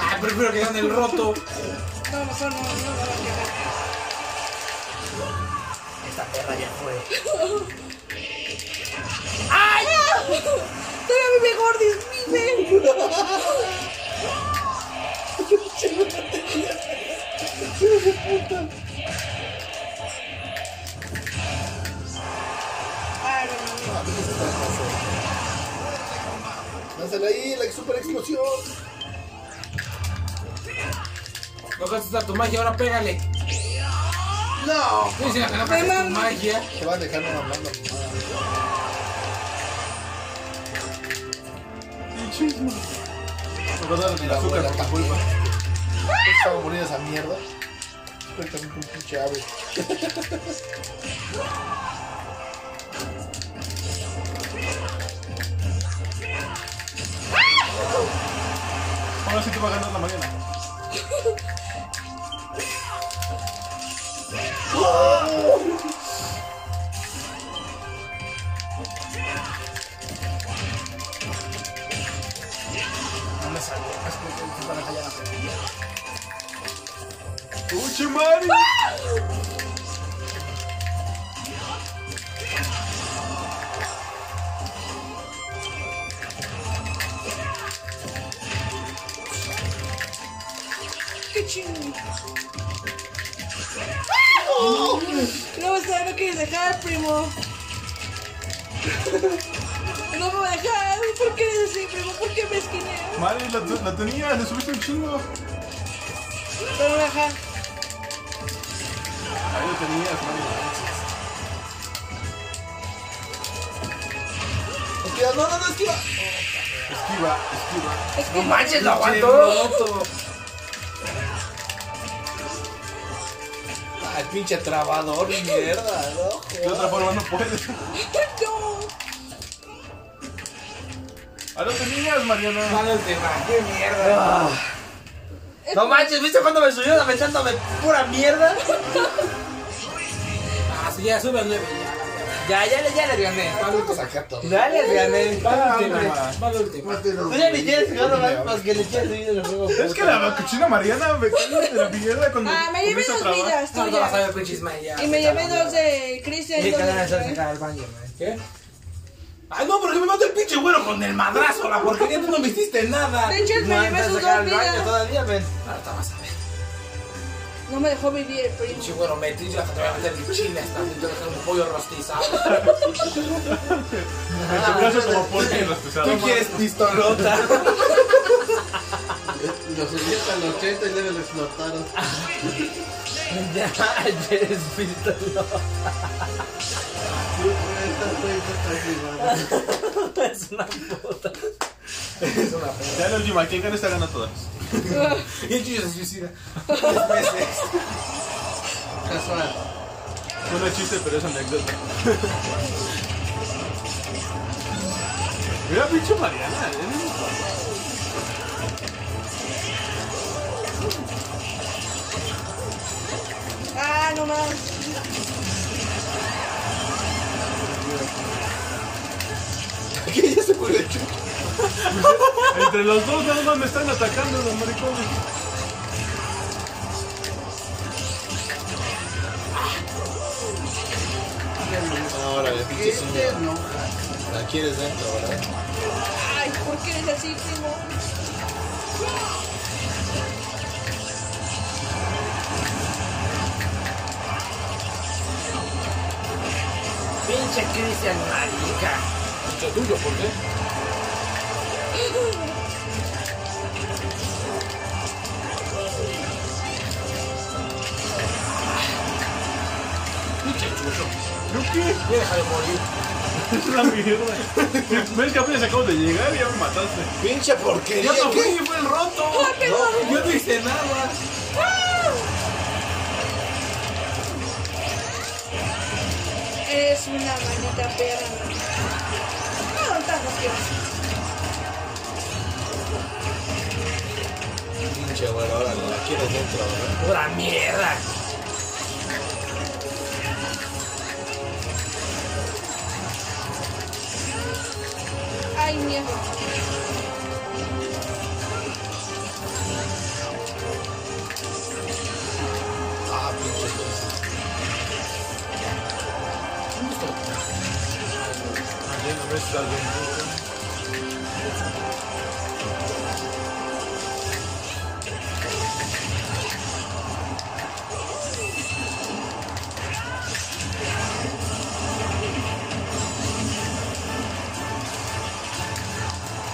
[SPEAKER 1] Ah, prefiero que gane el roto.
[SPEAKER 3] No, mejor no, no, no, no, no.
[SPEAKER 2] Esta perra ya fue.
[SPEAKER 3] ¡Ay! Todavía vive Gordis, vive. Ay, no, no, no.
[SPEAKER 6] Lánzale ahí, la super explosión.
[SPEAKER 1] No gastas tu magia, ahora pégale.
[SPEAKER 6] No.
[SPEAKER 1] Tú dices que no
[SPEAKER 3] Me
[SPEAKER 1] gastas tu
[SPEAKER 3] mamo.
[SPEAKER 1] magia.
[SPEAKER 6] Te vas a dejar no hablando. mamada.
[SPEAKER 4] Y chismo. Me va a dar el azúcar
[SPEAKER 6] La abuela
[SPEAKER 4] por tu
[SPEAKER 6] también.
[SPEAKER 4] culpa.
[SPEAKER 6] ¿Qué estaba morir esa mierda? Cuéntame un pinche ave.
[SPEAKER 4] Ahora sí te va a ganar la Mariana.
[SPEAKER 2] No me salió. Es que tu pareja ya no fue.
[SPEAKER 4] ¡Uche Mari!
[SPEAKER 3] ¡Qué chingo! No, o sea, no quieres dejar, primo. No me voy a dejar. ¿Por qué eres así, primo? ¿Por qué me esquineas?
[SPEAKER 4] Mari, la, tu- la tenía, le subiste un chingo.
[SPEAKER 3] No me voy a dejar.
[SPEAKER 4] Ahí lo tenías, Mari.
[SPEAKER 6] Esquiva, no, no, no, esquiva.
[SPEAKER 4] Esquiva, esquiva.
[SPEAKER 3] Es que
[SPEAKER 2] ¡No manches,
[SPEAKER 1] Che,
[SPEAKER 2] lo aguantó!
[SPEAKER 1] roto.
[SPEAKER 6] Ay, pinche trabador y mierda, ¿no?
[SPEAKER 4] De otra forma no puedes.
[SPEAKER 3] ¡No!
[SPEAKER 4] A no te niñas, Ah, Mariana.
[SPEAKER 1] Manos de ma- ¡Qué mierda!
[SPEAKER 2] No manches, ¿viste cuando me subió aventándome pura mierda?
[SPEAKER 9] Ah, sí, ya sube a 9.
[SPEAKER 2] Ya, ya, le- ya les gané.
[SPEAKER 6] Vamos a sacar todo.
[SPEAKER 2] Ya les gané.
[SPEAKER 9] Va
[SPEAKER 4] hombre.
[SPEAKER 9] Va la última.
[SPEAKER 2] Tú ya ni quieres jugar más, más que le quieres seguir el juego.
[SPEAKER 4] Es que la cochina Mariana me cae de la mierda cuando
[SPEAKER 3] Ah, me llevé
[SPEAKER 4] comienza a
[SPEAKER 3] dos
[SPEAKER 4] trabar.
[SPEAKER 3] vidas
[SPEAKER 9] No, no vas a
[SPEAKER 3] tuyas.
[SPEAKER 9] ver, pinche Ismael, ya.
[SPEAKER 3] Y me llevé dos de Cristian y dos de Rafael.
[SPEAKER 2] al baño,
[SPEAKER 9] ¿Qué?
[SPEAKER 1] ¡Ay, no! Porque me mató el pinche güero con el madrazo, la porquería. Tú no me hiciste nada.
[SPEAKER 3] De hecho,
[SPEAKER 2] No,
[SPEAKER 3] me llevé
[SPEAKER 2] antes
[SPEAKER 3] sus
[SPEAKER 2] de sacar
[SPEAKER 3] dos
[SPEAKER 2] al baño
[SPEAKER 3] vidas.
[SPEAKER 2] todavía, ven.
[SPEAKER 9] Ahora te vas a ver.
[SPEAKER 3] No me dejó vivir el primo.
[SPEAKER 9] Pinche güero metido, ya te voy a meter mi chile hasta te voy a dejar un pollo rostizado.
[SPEAKER 4] Me
[SPEAKER 1] Ah,
[SPEAKER 4] chocaste como pollo en los pesados.
[SPEAKER 1] Tú quieres pistolota.
[SPEAKER 6] Lo subí hasta el 80 y luego lo explotaron.
[SPEAKER 2] Ya, ya eres pistolo.
[SPEAKER 6] Esta fue esta casi, ¿no?
[SPEAKER 2] Es una puta.
[SPEAKER 9] Es una p.
[SPEAKER 4] Ya la última, ¿quién gana esta gana todas?
[SPEAKER 9] Y el chillo se suicida.
[SPEAKER 6] Casual.
[SPEAKER 4] No es chiste, pero es anécdota. Mira, pinche Mariana. ¿eh?
[SPEAKER 3] Ah, no mames.
[SPEAKER 6] ¿Qué ya se fue el chupo?
[SPEAKER 4] Entre los dos, nada más me están atacando los maricones.
[SPEAKER 6] Ahora, el pinche señor. La quieres dentro, ¿verdad?
[SPEAKER 3] Ay, ¿por qué eres así, primo?
[SPEAKER 2] Pinche Cristian marica.
[SPEAKER 9] Pinche tuyo, ¿por qué? Pinche chucho.
[SPEAKER 4] ¿Yo qué?
[SPEAKER 9] Ya deja de morir.
[SPEAKER 4] Es una mierda. ¿Ves que apenas acabo de llegar y ya me mataste?
[SPEAKER 6] Pinche porquería.
[SPEAKER 1] Yo no
[SPEAKER 6] ¿qué?
[SPEAKER 1] fui, fue el roto.
[SPEAKER 3] ¡Ah,
[SPEAKER 1] Yo no hice nada.
[SPEAKER 3] Eres una maldita perra. Ah, No, no tan gracioso.
[SPEAKER 6] Pinche, bueno, ahora la quieres dentro, ¿verdad?
[SPEAKER 2] Pura mierda.
[SPEAKER 3] Ay, mierda.
[SPEAKER 6] Ah, pinche cosas.
[SPEAKER 4] Ya no ves algo.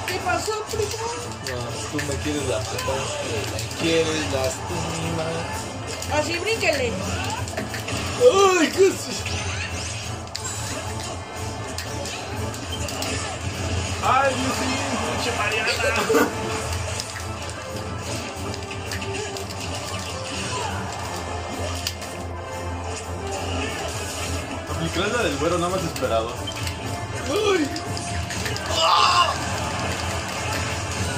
[SPEAKER 3] ¿Qué pasó, primo?
[SPEAKER 6] No, tú me quieres la matar, me quieres lastimar.
[SPEAKER 3] Así brínquele.
[SPEAKER 6] ¡Ay, qué
[SPEAKER 4] ¡Ay, Dios mío! ¡Pinche Mariana! Aplicarás la del güero, nada más esperado.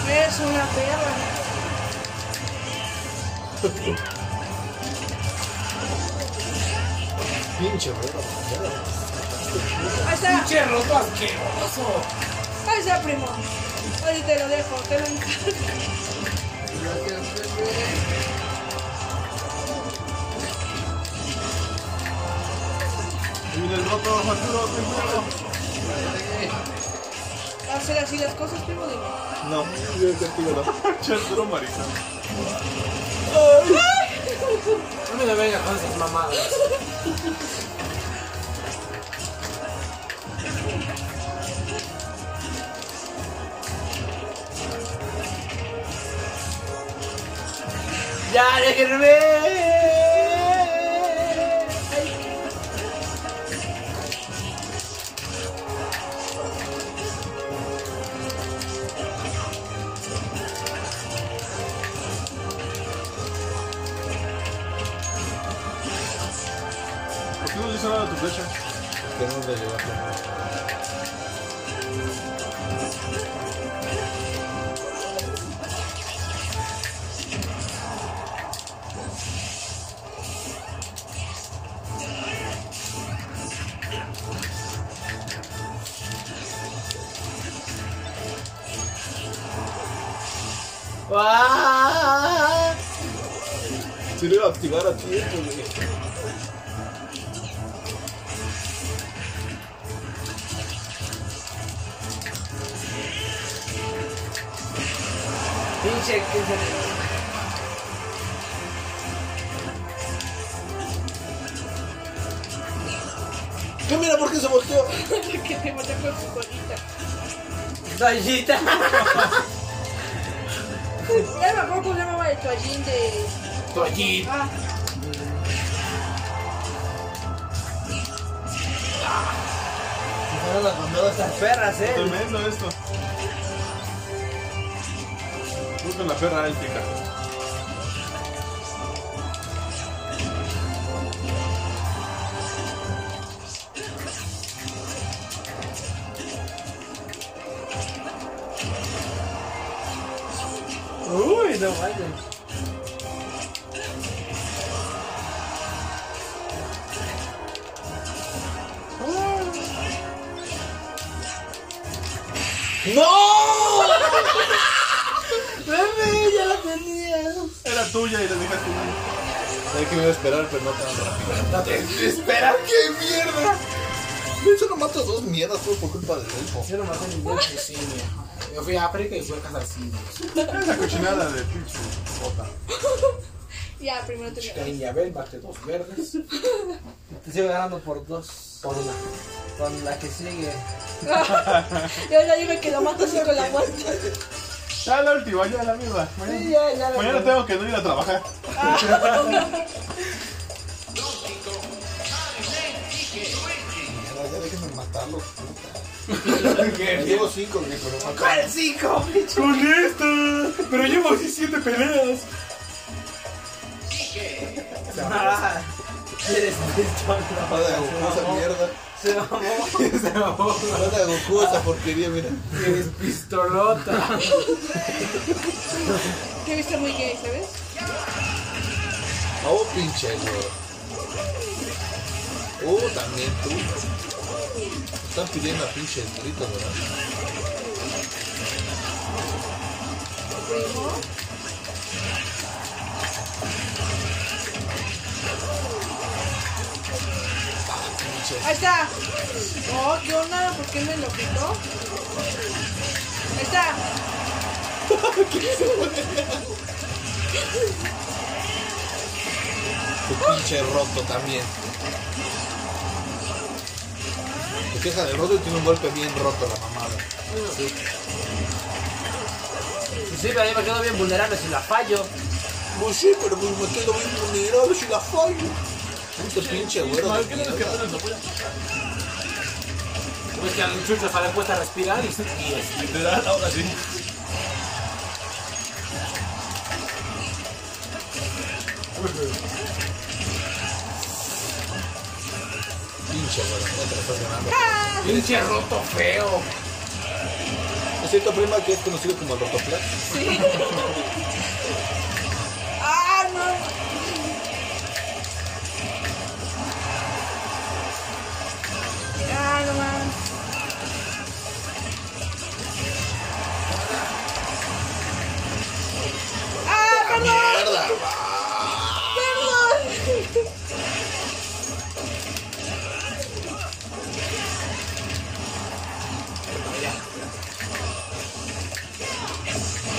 [SPEAKER 3] Eres una perra.
[SPEAKER 6] Pinche güero, ya.
[SPEAKER 3] Ahí está,
[SPEAKER 9] Pinche roto asqueroso.
[SPEAKER 3] ahí está, primo. Ahorita lo dejo, te lo encargo.
[SPEAKER 4] Y viene el roto, Arturo, ten cuidado.
[SPEAKER 3] ¿Va a hacer así las cosas, primo? Dime.
[SPEAKER 6] No, yo contigo no.
[SPEAKER 4] Pinche Arturo Marisán.
[SPEAKER 9] No me vengas con esas mamadas.
[SPEAKER 2] Ya, déjenme.
[SPEAKER 4] flecha. Que no le llevaste.
[SPEAKER 1] ¡Ah!
[SPEAKER 4] Si lo iba a activar a eh. tiempo, güey.
[SPEAKER 2] Pinche que se...
[SPEAKER 4] ¿Qué mira por qué se volteó?
[SPEAKER 3] que te maté con su colita.
[SPEAKER 2] Toallita.
[SPEAKER 3] Ya me acuerdo cómo se llamaba el toallín de.
[SPEAKER 9] Toallín.
[SPEAKER 3] Ah,
[SPEAKER 2] Fueron las mandadas estas perras, eh.
[SPEAKER 4] Tremendo esto. Busca la perra éltica.
[SPEAKER 2] Uy, no mames.
[SPEAKER 1] ¡Bebé, ya la tenía!
[SPEAKER 4] Era tuya y la dejaste mal. Sabía que me iba a esperar, pero no tan rápido.
[SPEAKER 6] ¡Espera! ¡Qué mierda! De hecho, no mato dos mierdas todo por culpa del elfo.
[SPEAKER 9] Yo no maté ningún cine. Yo fui a África y fui a Casarcines.
[SPEAKER 4] Esa cochinada de pinche bota.
[SPEAKER 3] ya, primero te
[SPEAKER 9] En Yabel maté dos verdes.
[SPEAKER 2] Te sigo ganando por dos.
[SPEAKER 9] Por una.
[SPEAKER 2] Con la que sigue.
[SPEAKER 3] Yo ya dime que lo mato así con la muerte.
[SPEAKER 4] Ya la última, ya la mierda.
[SPEAKER 2] Sí,
[SPEAKER 4] Mañana,
[SPEAKER 2] ya, ya. la-
[SPEAKER 4] mañana tengo que no ir a trabajar.
[SPEAKER 6] Mierda, ya déjenme matarlo. Me llevo cinco, güey, pero no acabo.
[SPEAKER 2] ¿Cuál cinco?
[SPEAKER 4] ¡Con esta! Pero llevo así siete peleas.
[SPEAKER 2] Ah, Eres pistola.
[SPEAKER 6] Nada de Goku esa mierda.
[SPEAKER 2] Se mamó.
[SPEAKER 6] Nada de Goku esa porquería, mira.
[SPEAKER 9] Eres pistolota.
[SPEAKER 3] Te viste muy gay, ¿sabes?
[SPEAKER 6] Oh, pinche, güey. Oh, también tú. Están pidiendo a pinche grito, ¿verdad?
[SPEAKER 3] Primo. Ahí está. Oh, ¿qué onda? ¿Por qué me lo quitó? Ahí está.
[SPEAKER 6] Tu pinche roto también. Te queja de roto y tiene un golpe bien roto la mamada.
[SPEAKER 2] Sí, pero yo me quedo bien vulnerable si la fallo.
[SPEAKER 6] Pues sí, pero pues me quedo bien vulnerable si la fallo. Puto pinche güero. de mierda.
[SPEAKER 9] Ves que al chucho sale puesta a respirar y y
[SPEAKER 4] Literal, ahora sí.
[SPEAKER 6] Pinche güero, no te lo estás ganando.
[SPEAKER 3] Ah,
[SPEAKER 9] es pinche roto feo.
[SPEAKER 6] ¿Es cierto, prima, que es conocido como el rotoplas?
[SPEAKER 3] Sí. ah, no. Ah, no mames. Ah, perdón.
[SPEAKER 6] ¡Mierda!
[SPEAKER 3] Perdón.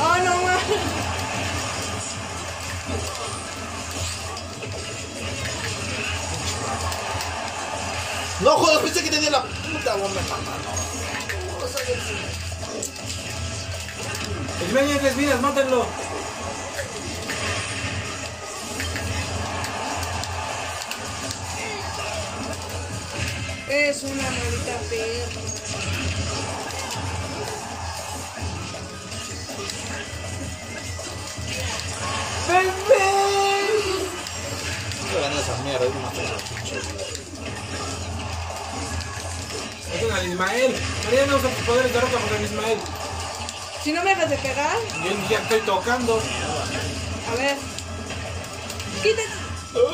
[SPEAKER 3] Oh, no mames.
[SPEAKER 6] No jodas, pensé que tenía la puta bomba en la mano.
[SPEAKER 9] El medio de tres vidas, mátenlo.
[SPEAKER 3] Es una maldita perra.
[SPEAKER 6] No gané esa mierda, es una perra pinche güero.
[SPEAKER 9] Maten al Ismael. Mariana usa tus poderes de roca contra el Ismael.
[SPEAKER 3] Si no me dejas de cagar,
[SPEAKER 9] Yo ya estoy tocando.
[SPEAKER 3] a ver. Quítate.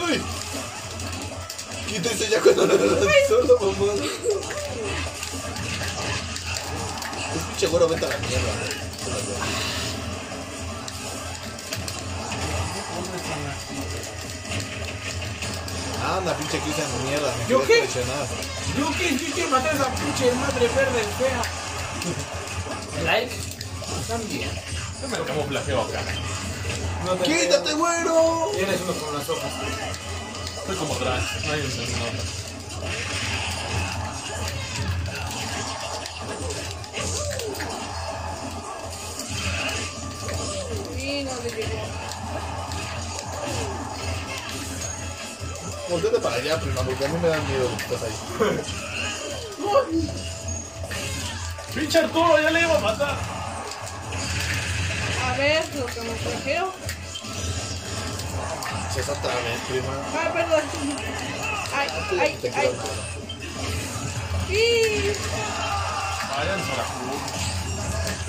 [SPEAKER 6] ¡Ay! Quítese ya cuando lo lanzó, la mamá. Seguro Este vete a la mierda. Ah, una pinche Cristian de mierda, me
[SPEAKER 9] ¿Yo
[SPEAKER 6] quedé
[SPEAKER 9] qué?
[SPEAKER 6] impresionado.
[SPEAKER 9] Yo que yo quiero matar a esa pinche madre verde fea.
[SPEAKER 2] Like.
[SPEAKER 9] También.
[SPEAKER 4] Yo me lo camuflajeo acá.
[SPEAKER 9] No te
[SPEAKER 6] ¡Quítate, güero!
[SPEAKER 9] creo. Eres uno con las hojas.
[SPEAKER 4] Soy como trans, no hay un nota.
[SPEAKER 3] Sí, no le llegó.
[SPEAKER 6] Volvete para allá, prima, porque a mí me dan miedo lo que estás ahí.
[SPEAKER 4] ¡Pinche Arturo, ya le iba a matar!
[SPEAKER 3] A ver lo que me trajeron.
[SPEAKER 6] Se es otra vez, prima.
[SPEAKER 3] Ay, Ah, perdón. Ay, ay,
[SPEAKER 6] Te quiero
[SPEAKER 3] ay.
[SPEAKER 6] mucho.
[SPEAKER 3] Sí.
[SPEAKER 4] Vayan a la jugó.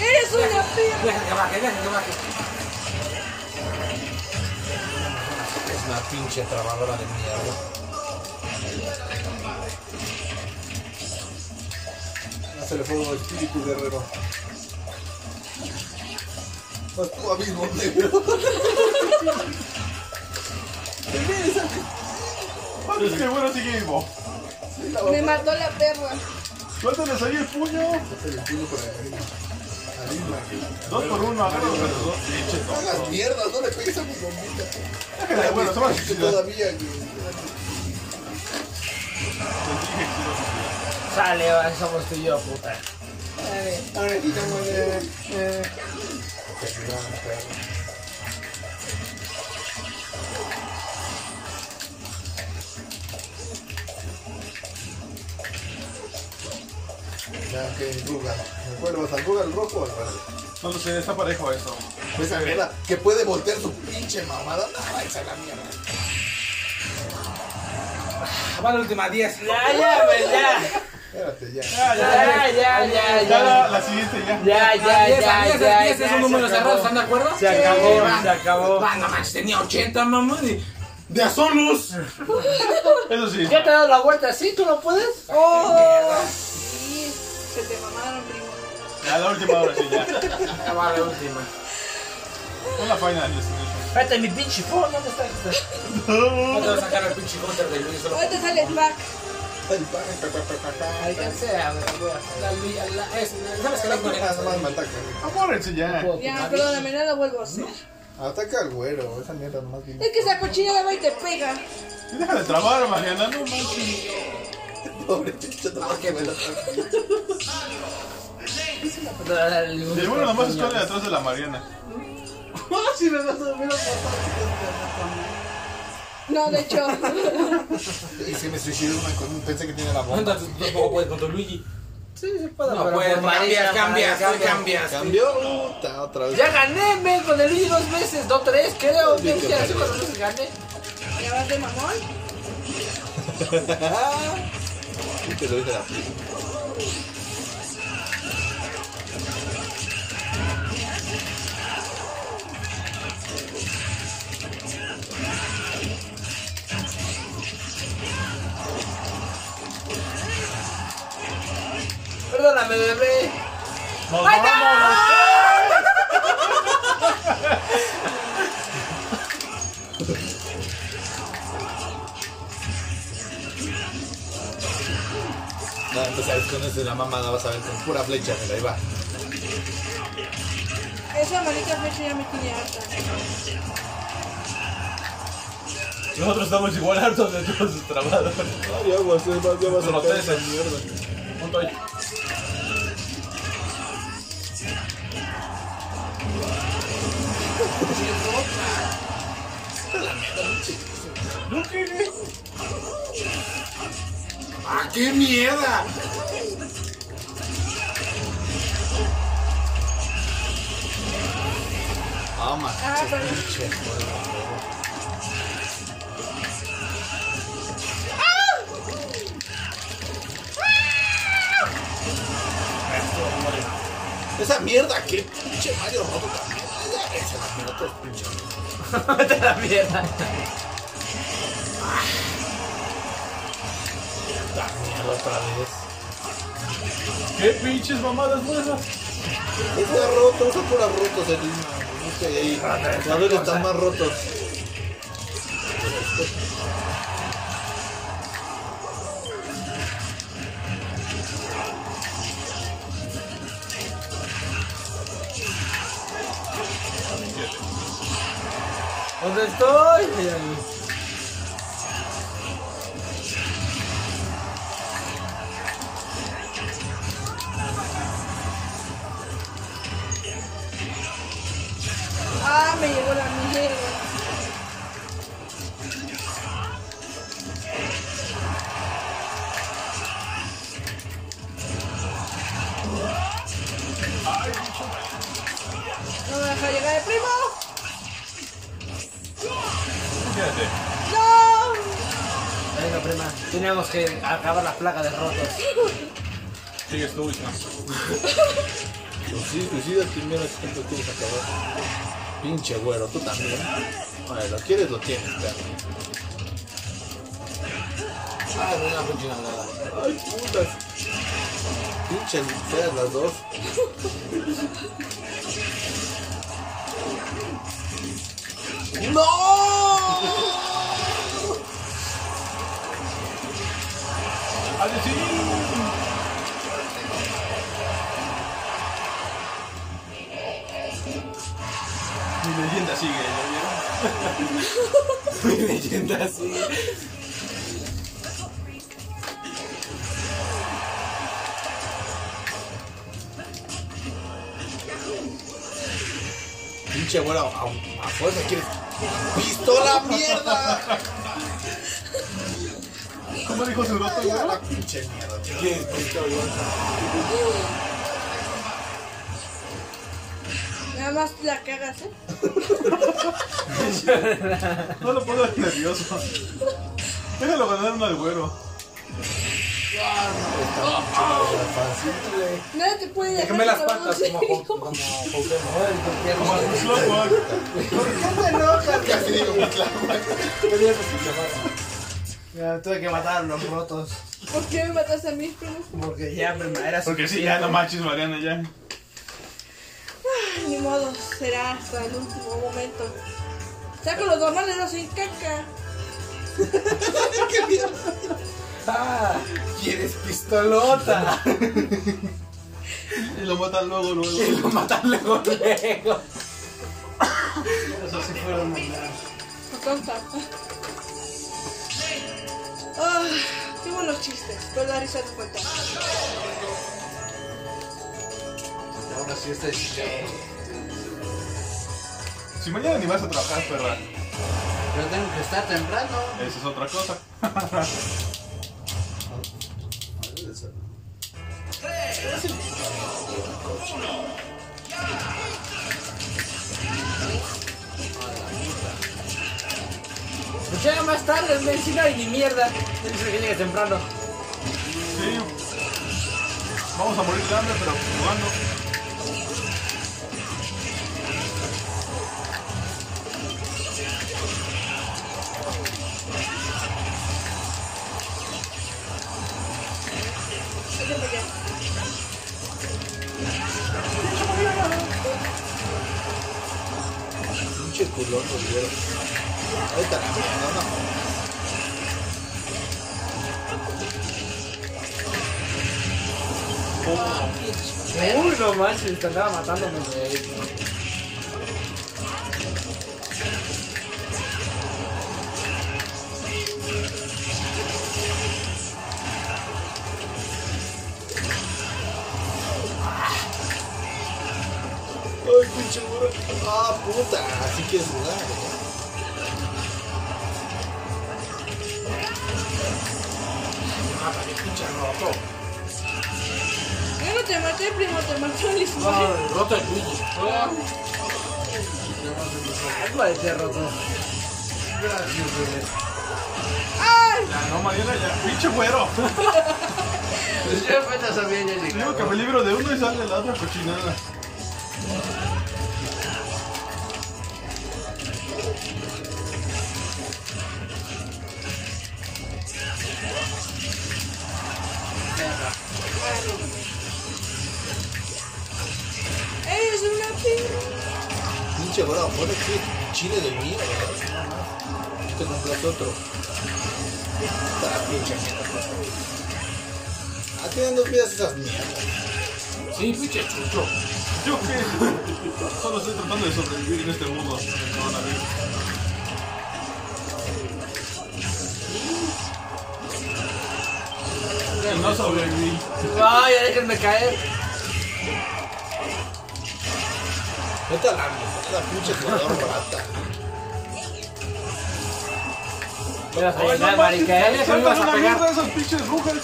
[SPEAKER 3] Eres una perra.
[SPEAKER 9] Deja que baje, deja que baje.
[SPEAKER 6] Es una pinche trabajadora de mierda. Se le fue el espíritu guerrero. A tu abismo negro.
[SPEAKER 4] Pero es que bueno sigue vivo.
[SPEAKER 3] Me mató la perra.
[SPEAKER 4] Suéltales ahí el puño.
[SPEAKER 6] El espíritu con el abismo. Abismo.
[SPEAKER 4] Dos por uno, agárralos a los dos. Pinche
[SPEAKER 6] No hagas
[SPEAKER 4] tonto.
[SPEAKER 6] mierdas, no le pegues a mi bombita.
[SPEAKER 4] Sácala, bueno, toma
[SPEAKER 6] Que
[SPEAKER 4] Te
[SPEAKER 6] Todavía, güey.
[SPEAKER 4] dije que iba a suicidar.
[SPEAKER 2] Sale, va, somos tú y yo, puta.
[SPEAKER 6] Ahora quitamos de. eh. Ya que en Google, ¿me acuerdas? ¿Al Google rojo o al verde?
[SPEAKER 4] No lo sé, está parejo eso.
[SPEAKER 6] Pues a ver, que puede voltear su pinche mamada. No, esa es la mierda.
[SPEAKER 9] Va la última 10.
[SPEAKER 2] Ya, ya, pues, ya.
[SPEAKER 6] Espérate ya.
[SPEAKER 4] Ya,
[SPEAKER 2] Ya, ya, ya,
[SPEAKER 4] Ya
[SPEAKER 2] ya.
[SPEAKER 4] la, la siguiente ya.
[SPEAKER 2] Ya, ya,
[SPEAKER 9] Diez,
[SPEAKER 2] ya,
[SPEAKER 9] diez,
[SPEAKER 2] ya.
[SPEAKER 9] diez,
[SPEAKER 2] ya,
[SPEAKER 9] es un número
[SPEAKER 2] se acabó.
[SPEAKER 9] cerrado, ¿están de acuerdo?
[SPEAKER 2] Se acabó,
[SPEAKER 9] va.
[SPEAKER 2] se acabó.
[SPEAKER 9] Va, no manches, tenía 80, mamón. y- De a solos.
[SPEAKER 4] Eso sí.
[SPEAKER 2] ¿Ya te has dado la vuelta así? ¿Tú no puedes?
[SPEAKER 3] Oh. Sí, se te mamaron, primo.
[SPEAKER 4] Ya la última ahora sí ya.
[SPEAKER 9] Ya va la última.
[SPEAKER 4] Con la final destination.
[SPEAKER 2] Espérate, mi pinche phone, ¿dónde está? ¿Dónde está?
[SPEAKER 9] No te vas a sacar al pinche counter de Luis. solo-
[SPEAKER 3] Ahorita sale el pack.
[SPEAKER 6] El pan, pa, pa, pa, pa, pa.
[SPEAKER 2] Alcancé a ver, güey.
[SPEAKER 9] La, la, la, es, ¿Sabes qué?
[SPEAKER 6] Nada más me ataca.
[SPEAKER 4] Apórense ya.
[SPEAKER 3] Ya, perdóname, no lo vuelvo a hacer.
[SPEAKER 6] Ataca al güero, esa mierda nomás viene.
[SPEAKER 3] Es que esa cochina va y te pega.
[SPEAKER 4] Y Deja de trabar, Mariana, no manches.
[SPEAKER 6] Pobre pinche nomás que me lo ataca.
[SPEAKER 4] El bueno nomás esconde detrás de la Mariana.
[SPEAKER 6] Si me vas a ver a
[SPEAKER 3] No, de hecho.
[SPEAKER 6] Y si me suicido una con pensé que tiene la bomba.
[SPEAKER 9] Anda, tú tampoco puedes pues, con tu Luigi.
[SPEAKER 2] Sí, se puede.
[SPEAKER 9] No
[SPEAKER 2] pero
[SPEAKER 9] puedes,
[SPEAKER 2] por Marisa,
[SPEAKER 9] cambias, cambias,
[SPEAKER 2] Marisa,
[SPEAKER 9] tú cambias.
[SPEAKER 6] Cambió puta, otra vez.
[SPEAKER 2] Ya gané, men, con el Luigi dos veces, no tres, creo.
[SPEAKER 6] Yo
[SPEAKER 2] Men,
[SPEAKER 6] creo
[SPEAKER 2] ya
[SPEAKER 6] que
[SPEAKER 2] hace cuatro veces gané.
[SPEAKER 3] ¿Ya vas de mamón?
[SPEAKER 6] Y te lo dije a la prima.
[SPEAKER 2] Perdóname, bebé.
[SPEAKER 4] ¡Nos vamos!
[SPEAKER 6] No, entonces con eso de la mamada vas a ver con pura flecha, me la iba.
[SPEAKER 3] Esa maldita flecha ya me tiene harta.
[SPEAKER 4] Nosotros estamos igual hartos de todos sus trabajadores.
[SPEAKER 6] No, ya vas a ya vas
[SPEAKER 4] Pero
[SPEAKER 6] hacer
[SPEAKER 4] ustedes
[SPEAKER 6] esa mierda.
[SPEAKER 4] Punto ahí. No quería.
[SPEAKER 9] ¡Ah, qué mierda!
[SPEAKER 6] Ama.
[SPEAKER 3] Ah, perdón.
[SPEAKER 6] mierda! ¡Qué pinche Mario roto también! ¡Ay, ya, Se la mierda todos pinches.
[SPEAKER 2] Vete a la mierda.
[SPEAKER 1] otra vez.
[SPEAKER 4] ¿Qué pinches mamadas buenas?
[SPEAKER 6] Está roto, son puras rotos eh, el himno. Busca ahí. A ver, están más rotos.
[SPEAKER 2] ¿Dónde estoy?
[SPEAKER 3] Ah, me llegó la mierda. No me deja llegar el primo.
[SPEAKER 4] Fíjate.
[SPEAKER 3] No.
[SPEAKER 2] Venga, prima. Tenemos que acabar la plaga de rotos.
[SPEAKER 4] Sigues tú, hija.
[SPEAKER 6] Pues sí, suicidas primero si tanto quieres acabar. Pinche güero, tú también. Vale, lo quieres, lo tienes, perro.
[SPEAKER 9] Ah, no, una pinche nalgada.
[SPEAKER 6] Ay, putas. Pinches feas las dos. ¡No!
[SPEAKER 4] ¡A decir! Mi leyenda sigue, ¿ya vieron?
[SPEAKER 2] Mi leyenda así.
[SPEAKER 6] Pinche güero, a, a fuerza quieres. ¡Pistola mierda!
[SPEAKER 4] ¿Cómo dijo su
[SPEAKER 6] Ay, a la pinche mierda.
[SPEAKER 9] ¿Quién es pinche nalgada?
[SPEAKER 3] Nada más la cagas, ¿eh?
[SPEAKER 4] No lo puedo ver nervioso. Déjalo ganar uno al güero.
[SPEAKER 3] Nadie te puede dejar.
[SPEAKER 9] Déjame las
[SPEAKER 3] con
[SPEAKER 9] patas
[SPEAKER 3] un
[SPEAKER 9] como
[SPEAKER 3] hijo.
[SPEAKER 9] como como Pokémon.
[SPEAKER 4] Como Slowpoke.
[SPEAKER 6] ¿Por qué te enojas? Casi digo mi
[SPEAKER 9] ¿Qué día es pinche nalgada?
[SPEAKER 2] Ya, tuve que matar a los rotos.
[SPEAKER 3] ¿Por qué me mataste a mí, primo?
[SPEAKER 2] Porque ya, prima, era
[SPEAKER 4] Porque sí, ya no manches, Mariana, ya.
[SPEAKER 3] Ay, Ni modo, será hasta el último momento. Saco los dos manos sin caca.
[SPEAKER 2] ¡Ah!
[SPEAKER 9] ¿Quieres pistola?
[SPEAKER 2] ¡Tolota!
[SPEAKER 4] Y lo matan luego, luego.
[SPEAKER 2] Y lo matan luego, luego. Eso sí fueron mandar.
[SPEAKER 3] No tonta. Ah, qué buenos chistes, Pues, pero la risa no cuenta.
[SPEAKER 6] Ahora sí está chichado.
[SPEAKER 4] Si mañana ni vas a trabajar, perra.
[SPEAKER 9] Pero tengo que estar temprano.
[SPEAKER 4] Esa es otra cosa.
[SPEAKER 2] Pues llega más tarde, me encima y ni mierda. Me dice que llegue temprano.
[SPEAKER 4] Sí. Vamos a morir de hambre, pero jugando.
[SPEAKER 3] Échame ya.
[SPEAKER 6] Pinche culón, lo vieron. Ahorita la mierda, no.
[SPEAKER 2] Uy, no manches, te andaba matándome, güey.
[SPEAKER 6] Ay, pinche burro. Ah, puta. Así quieres jugar. güey.
[SPEAKER 3] Yo no te maté, primo, te mató el Ismael.
[SPEAKER 9] Ah, Roto el Luigi. Ah,
[SPEAKER 2] Algo de ser roto.
[SPEAKER 9] Gracias, bebé.
[SPEAKER 3] ¡Ay!
[SPEAKER 4] Ya, no, Mariana, ya. Pinche güero.
[SPEAKER 9] Pues yo apenas había ya
[SPEAKER 4] Digo que
[SPEAKER 9] llegado.
[SPEAKER 4] me libro de uno y sale la otra cochinada.
[SPEAKER 3] Eres una perra.
[SPEAKER 6] Pinche bro, ahora qué chile de mierda. Te compraste otro. Está pinche mierda. ¿A qué dan dos vidas esas mierdas?
[SPEAKER 9] Sí, pinche chucho.
[SPEAKER 4] ¿Yo qué? Solo estoy tratando de sobrevivir en este mundo. del coronavirus. Y no sobreviví.
[SPEAKER 2] No, ya déjenme caer.
[SPEAKER 6] Vete a la mierda, pinche jugador barata.
[SPEAKER 2] Me vas a llenar,
[SPEAKER 4] mames,
[SPEAKER 2] marica. Ya déjenme
[SPEAKER 4] saltan
[SPEAKER 2] vas
[SPEAKER 4] una
[SPEAKER 2] a
[SPEAKER 4] mierda
[SPEAKER 2] pegar.
[SPEAKER 4] esas pinches brujas.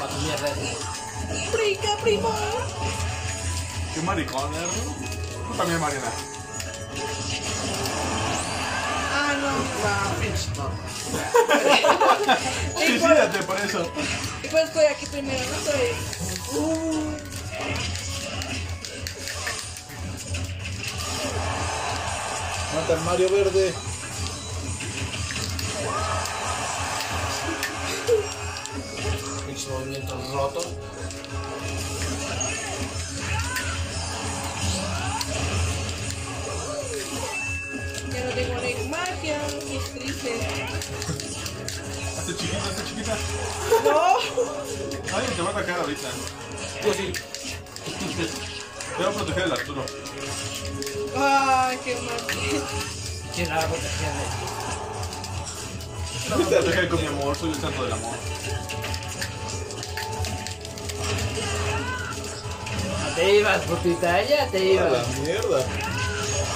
[SPEAKER 2] Oh, tu mierda.
[SPEAKER 3] Prica, primo.
[SPEAKER 4] Qué maricón, ¿eh? Tú también, Mariana.
[SPEAKER 3] Ah, no. Y por,
[SPEAKER 4] Suicídate por eso.
[SPEAKER 3] y por estoy aquí primero, no estoy.
[SPEAKER 6] Mata al Mario Verde.
[SPEAKER 9] Pinche movimiento roto.
[SPEAKER 3] Ya no tengo ni magia, y es triste.
[SPEAKER 4] Hazte chiquita, hazte chiquita.
[SPEAKER 3] No.
[SPEAKER 4] Nadie te va a atacar ahorita.
[SPEAKER 9] Yo Pues sí.
[SPEAKER 4] Te va a proteger el Arturo.
[SPEAKER 3] Ay, qué mal.
[SPEAKER 2] ¿Quién la va a proteger?
[SPEAKER 4] Te va a proteger con mi amor, soy el santo del amor.
[SPEAKER 2] No te ibas, putita. Ya te
[SPEAKER 6] A la
[SPEAKER 2] ibas.
[SPEAKER 6] mierda.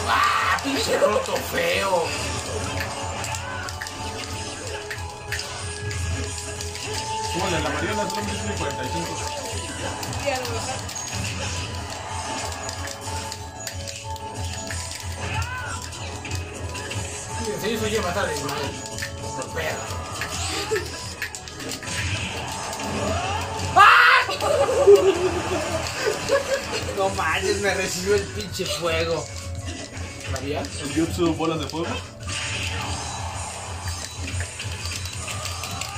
[SPEAKER 9] Ah, pinche roto feo.
[SPEAKER 4] Súmale a la Mariana, son 1055.
[SPEAKER 3] Ya no me
[SPEAKER 9] Sí, eso lleva a estar desmayado. Por pedo.
[SPEAKER 2] No manches, me recibió el pinche fuego.
[SPEAKER 9] ¿Sabía?
[SPEAKER 4] El Jutsu Bolas de Fuego.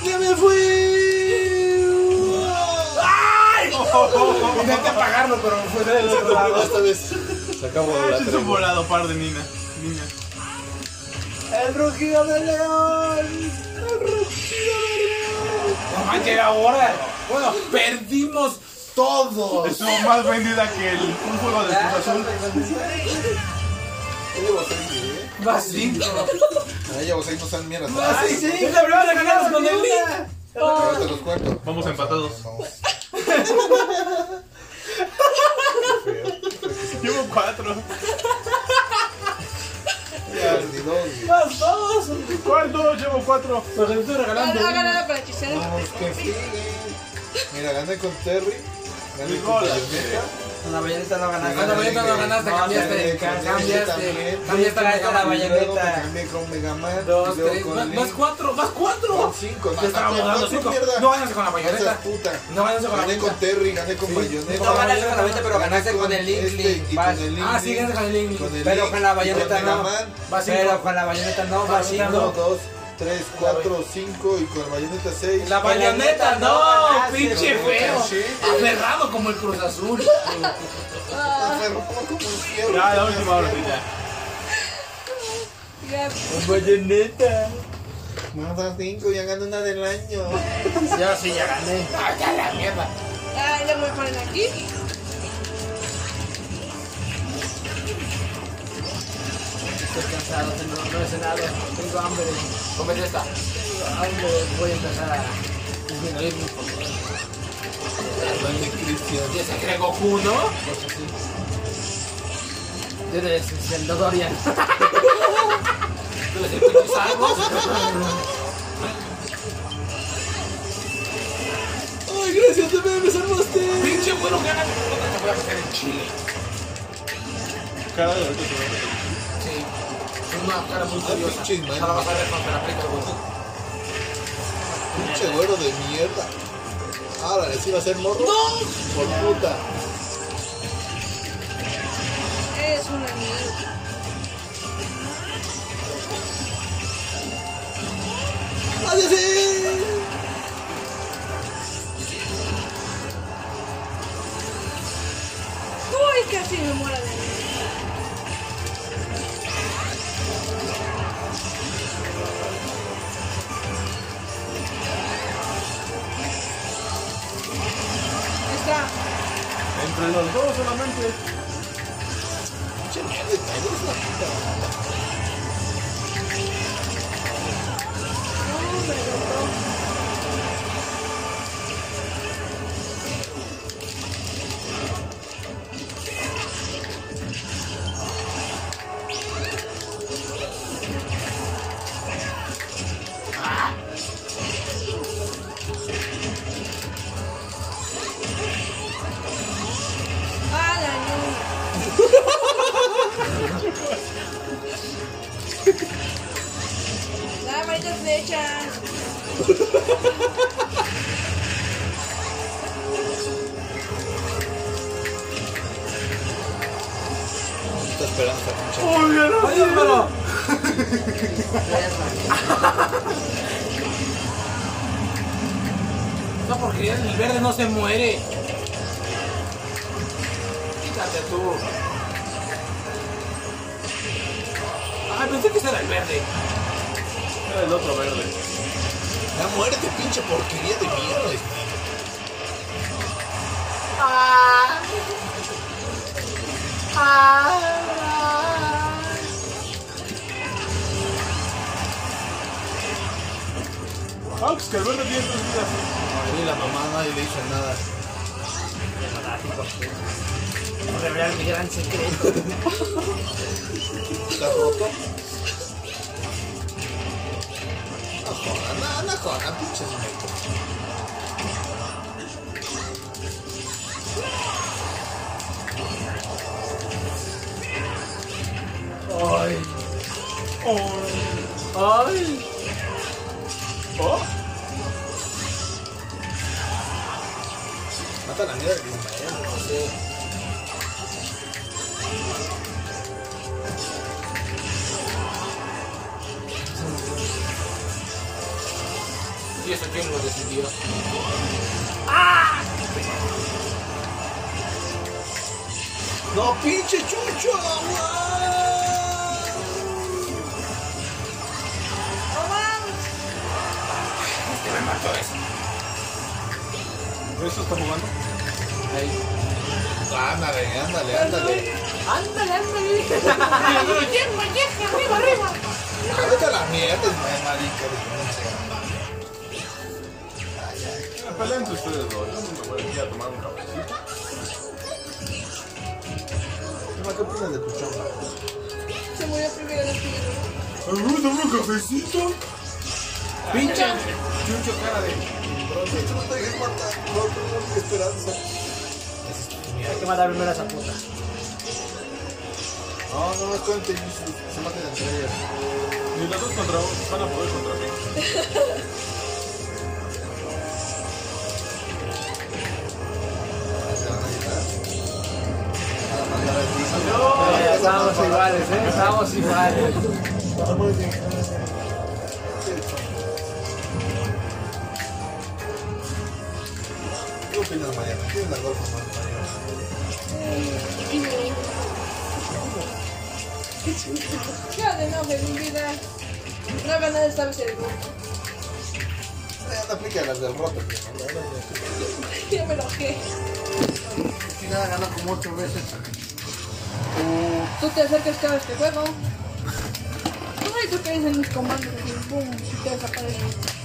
[SPEAKER 6] ¡Ya me fui!
[SPEAKER 9] ¡Ay! Intenté apagarlo, pero fue del otro lado.
[SPEAKER 6] Esta vez se acabó
[SPEAKER 4] Ah,
[SPEAKER 6] la
[SPEAKER 4] sí, es un
[SPEAKER 6] tregua.
[SPEAKER 4] volado par de niña. Niña.
[SPEAKER 6] ¡El rugido del león!
[SPEAKER 9] No manches, ahora. Bueno, perdimos todo.
[SPEAKER 4] Estuvo más vendida que el, un juego de Cruz Azul.
[SPEAKER 6] Ya llevo seis, ¿eh?
[SPEAKER 9] Más cinco.
[SPEAKER 6] Ya llevo seis, no sean mierdas.
[SPEAKER 9] sí, Es la primera que ganas con el
[SPEAKER 6] Ahora te los cuento.
[SPEAKER 4] Vamos empatados.
[SPEAKER 6] Vamos.
[SPEAKER 4] Llevo cuatro.
[SPEAKER 6] Ya perdí dos, güey.
[SPEAKER 9] Más dos.
[SPEAKER 4] ¿Cuál no? Llevo cuatro.
[SPEAKER 9] Pues estoy regalando.
[SPEAKER 3] Va a ganar para que sea
[SPEAKER 6] Vamos, que sigue. Mira, gané con Terry. Gané
[SPEAKER 4] Y
[SPEAKER 6] con
[SPEAKER 4] bolas,
[SPEAKER 6] Bayonetta.
[SPEAKER 2] Con la bayoneta no
[SPEAKER 6] Con
[SPEAKER 9] Cuando
[SPEAKER 6] la
[SPEAKER 9] Bayonetta no ganaste,
[SPEAKER 6] No,
[SPEAKER 9] cambiaste.
[SPEAKER 6] gané con Terry
[SPEAKER 9] Cambiaste.
[SPEAKER 6] también.
[SPEAKER 9] Cambiaste la
[SPEAKER 2] Con la
[SPEAKER 9] cara.
[SPEAKER 6] Y luego me
[SPEAKER 2] bayoneta.
[SPEAKER 6] cambié con Mega Man.
[SPEAKER 9] Dos,
[SPEAKER 6] y luego
[SPEAKER 9] tres.
[SPEAKER 6] con
[SPEAKER 9] Más-
[SPEAKER 6] Link.
[SPEAKER 9] Más cuatro. Más cuatro.
[SPEAKER 6] Con cinco.
[SPEAKER 9] Te estábamos
[SPEAKER 6] No,
[SPEAKER 9] dando
[SPEAKER 6] no,
[SPEAKER 9] cinco.
[SPEAKER 6] mierda.
[SPEAKER 9] No ganas con la
[SPEAKER 6] No seas
[SPEAKER 9] bayoneta.
[SPEAKER 6] puta.
[SPEAKER 9] No ganas con la
[SPEAKER 6] Gané con
[SPEAKER 9] bayoneta.
[SPEAKER 6] Terry, gané con Bayonetta.
[SPEAKER 2] No ganaste con la bayoneta, pero ganaste con el Link
[SPEAKER 6] este
[SPEAKER 2] Link,
[SPEAKER 6] y
[SPEAKER 2] vas.
[SPEAKER 6] con el Link
[SPEAKER 9] Ah, sí,
[SPEAKER 6] Link.
[SPEAKER 9] ganas con el Link.
[SPEAKER 6] Con el
[SPEAKER 2] Pero
[SPEAKER 6] Link
[SPEAKER 2] con la
[SPEAKER 6] y
[SPEAKER 2] bayoneta
[SPEAKER 6] Mega
[SPEAKER 2] no.
[SPEAKER 6] Man.
[SPEAKER 9] Más
[SPEAKER 2] Pero
[SPEAKER 9] cinco.
[SPEAKER 2] con la bayoneta no,
[SPEAKER 9] Con la
[SPEAKER 2] va
[SPEAKER 9] bayoneta
[SPEAKER 6] Uno,
[SPEAKER 2] cinco.
[SPEAKER 6] dos, tres, cuatro, cinco y con la bayoneta seis.
[SPEAKER 9] La
[SPEAKER 2] Con la
[SPEAKER 9] bayoneta,
[SPEAKER 2] neta, no
[SPEAKER 9] no,
[SPEAKER 2] ganaste,
[SPEAKER 9] pinche
[SPEAKER 6] no
[SPEAKER 9] feo.
[SPEAKER 6] caché.
[SPEAKER 9] Aferrado como el Cruz Azul.
[SPEAKER 6] Se arrugó como un fierro.
[SPEAKER 4] Ya, la última hora, ya.
[SPEAKER 3] Ya,
[SPEAKER 2] Bayoneta.
[SPEAKER 6] Más cinco, ya gané una del año.
[SPEAKER 2] Yo sí ya gané.
[SPEAKER 9] Ah, ya la mierda.
[SPEAKER 3] ah, ya me voy a poner aquí.
[SPEAKER 2] Estoy cansado, tengo, no he cenado, tengo hambre.
[SPEAKER 9] Cómete esta.
[SPEAKER 2] Hambre, voy a empezar a disminuir mi poco.
[SPEAKER 9] Ya se cree Goku, ¿no?
[SPEAKER 2] Yo de el Dorian.
[SPEAKER 9] Tú eres el pinche salvo.
[SPEAKER 6] Ay, gracias, también me salvaste.
[SPEAKER 9] Pinche bueno, gana. No te voy a meter en Chile.
[SPEAKER 4] Cada de ahorita se va a meter.
[SPEAKER 9] Sí. Con una cara muy
[SPEAKER 6] Ah,
[SPEAKER 9] curiosa.
[SPEAKER 6] pinche Ismael.
[SPEAKER 9] Ahora vas a ver cuando la película, güey.
[SPEAKER 6] Pinche güero de mierda. Ahora les iba a hacer morro. Por puta.
[SPEAKER 3] Es una mierda.
[SPEAKER 6] ¡Adiós!
[SPEAKER 3] Uy, casi me muero de miedo. Está.
[SPEAKER 4] Entre los dos solamente.
[SPEAKER 6] Pinche mierda, y todo es la puta.
[SPEAKER 3] No, me dolió. Ah, la niña. Nada más de flechas.
[SPEAKER 6] Está esperando esta pinche.
[SPEAKER 9] Adiós, pero.
[SPEAKER 1] No, porque el verde no se muere.
[SPEAKER 9] Quítate tú.
[SPEAKER 1] Ah, pensé que ese era el verde.
[SPEAKER 4] Era el otro verde.
[SPEAKER 6] Ya muérete, pinche porquería de mierda.
[SPEAKER 4] Ah, pues que el verde tiene tres vidas.
[SPEAKER 6] Ni la mamá nadie le hizo nada.
[SPEAKER 2] Revelar mi gran secreto.
[SPEAKER 6] ¿Está roto? No jodan, no, no jodan, pinches mecos.
[SPEAKER 2] Ay,
[SPEAKER 4] Oh,
[SPEAKER 6] Mata la mierda de Ismael, no sé.
[SPEAKER 1] ¿Y eso quién lo decidió?
[SPEAKER 6] ¡No, pinche chucho! ¡guau!
[SPEAKER 3] No mames.
[SPEAKER 4] ¿eso está jugando?
[SPEAKER 6] Ándale, ándale, ándale.
[SPEAKER 2] ándale, ándale.
[SPEAKER 3] Yerma, yerma, arriba, arriba.
[SPEAKER 6] Vete a la mierda, Ismael, marica. no sé.
[SPEAKER 4] Peleen entre ustedes dos. Yo me voy aquí a tomar un cafecito.
[SPEAKER 6] Ismael, ¿Qué opinas de tu chamba?
[SPEAKER 3] Se murió primero la espíritu.
[SPEAKER 4] ¿Alguno toma un cafecito?
[SPEAKER 1] Pinche.
[SPEAKER 9] Chucho, cara de.
[SPEAKER 6] Bronce, tú no te dejes matar. No, no, no, esperanza.
[SPEAKER 2] Hay que matar primero a esa puta.
[SPEAKER 6] No, no, no, cuente, se maten entre ellas.
[SPEAKER 4] Ni los dos contra uno van a poder contra mí.
[SPEAKER 2] Ya estábamos iguales, ¿eh? Estábamos iguales.
[SPEAKER 6] ¿Qué opinas, Mariana? ¿Tienes la golfa más, Mariana?
[SPEAKER 3] Ya de no, de mi vida. No haga nada esta vez el grupo.
[SPEAKER 6] Eh, no aplica las del roto, pero no, no, no.
[SPEAKER 3] Ya me enojé.
[SPEAKER 9] Chingada gana como ocho veces.
[SPEAKER 3] Tú te acercas cada vez que juego. Ay, tú caes en mis comandos y boom, te desaparecen.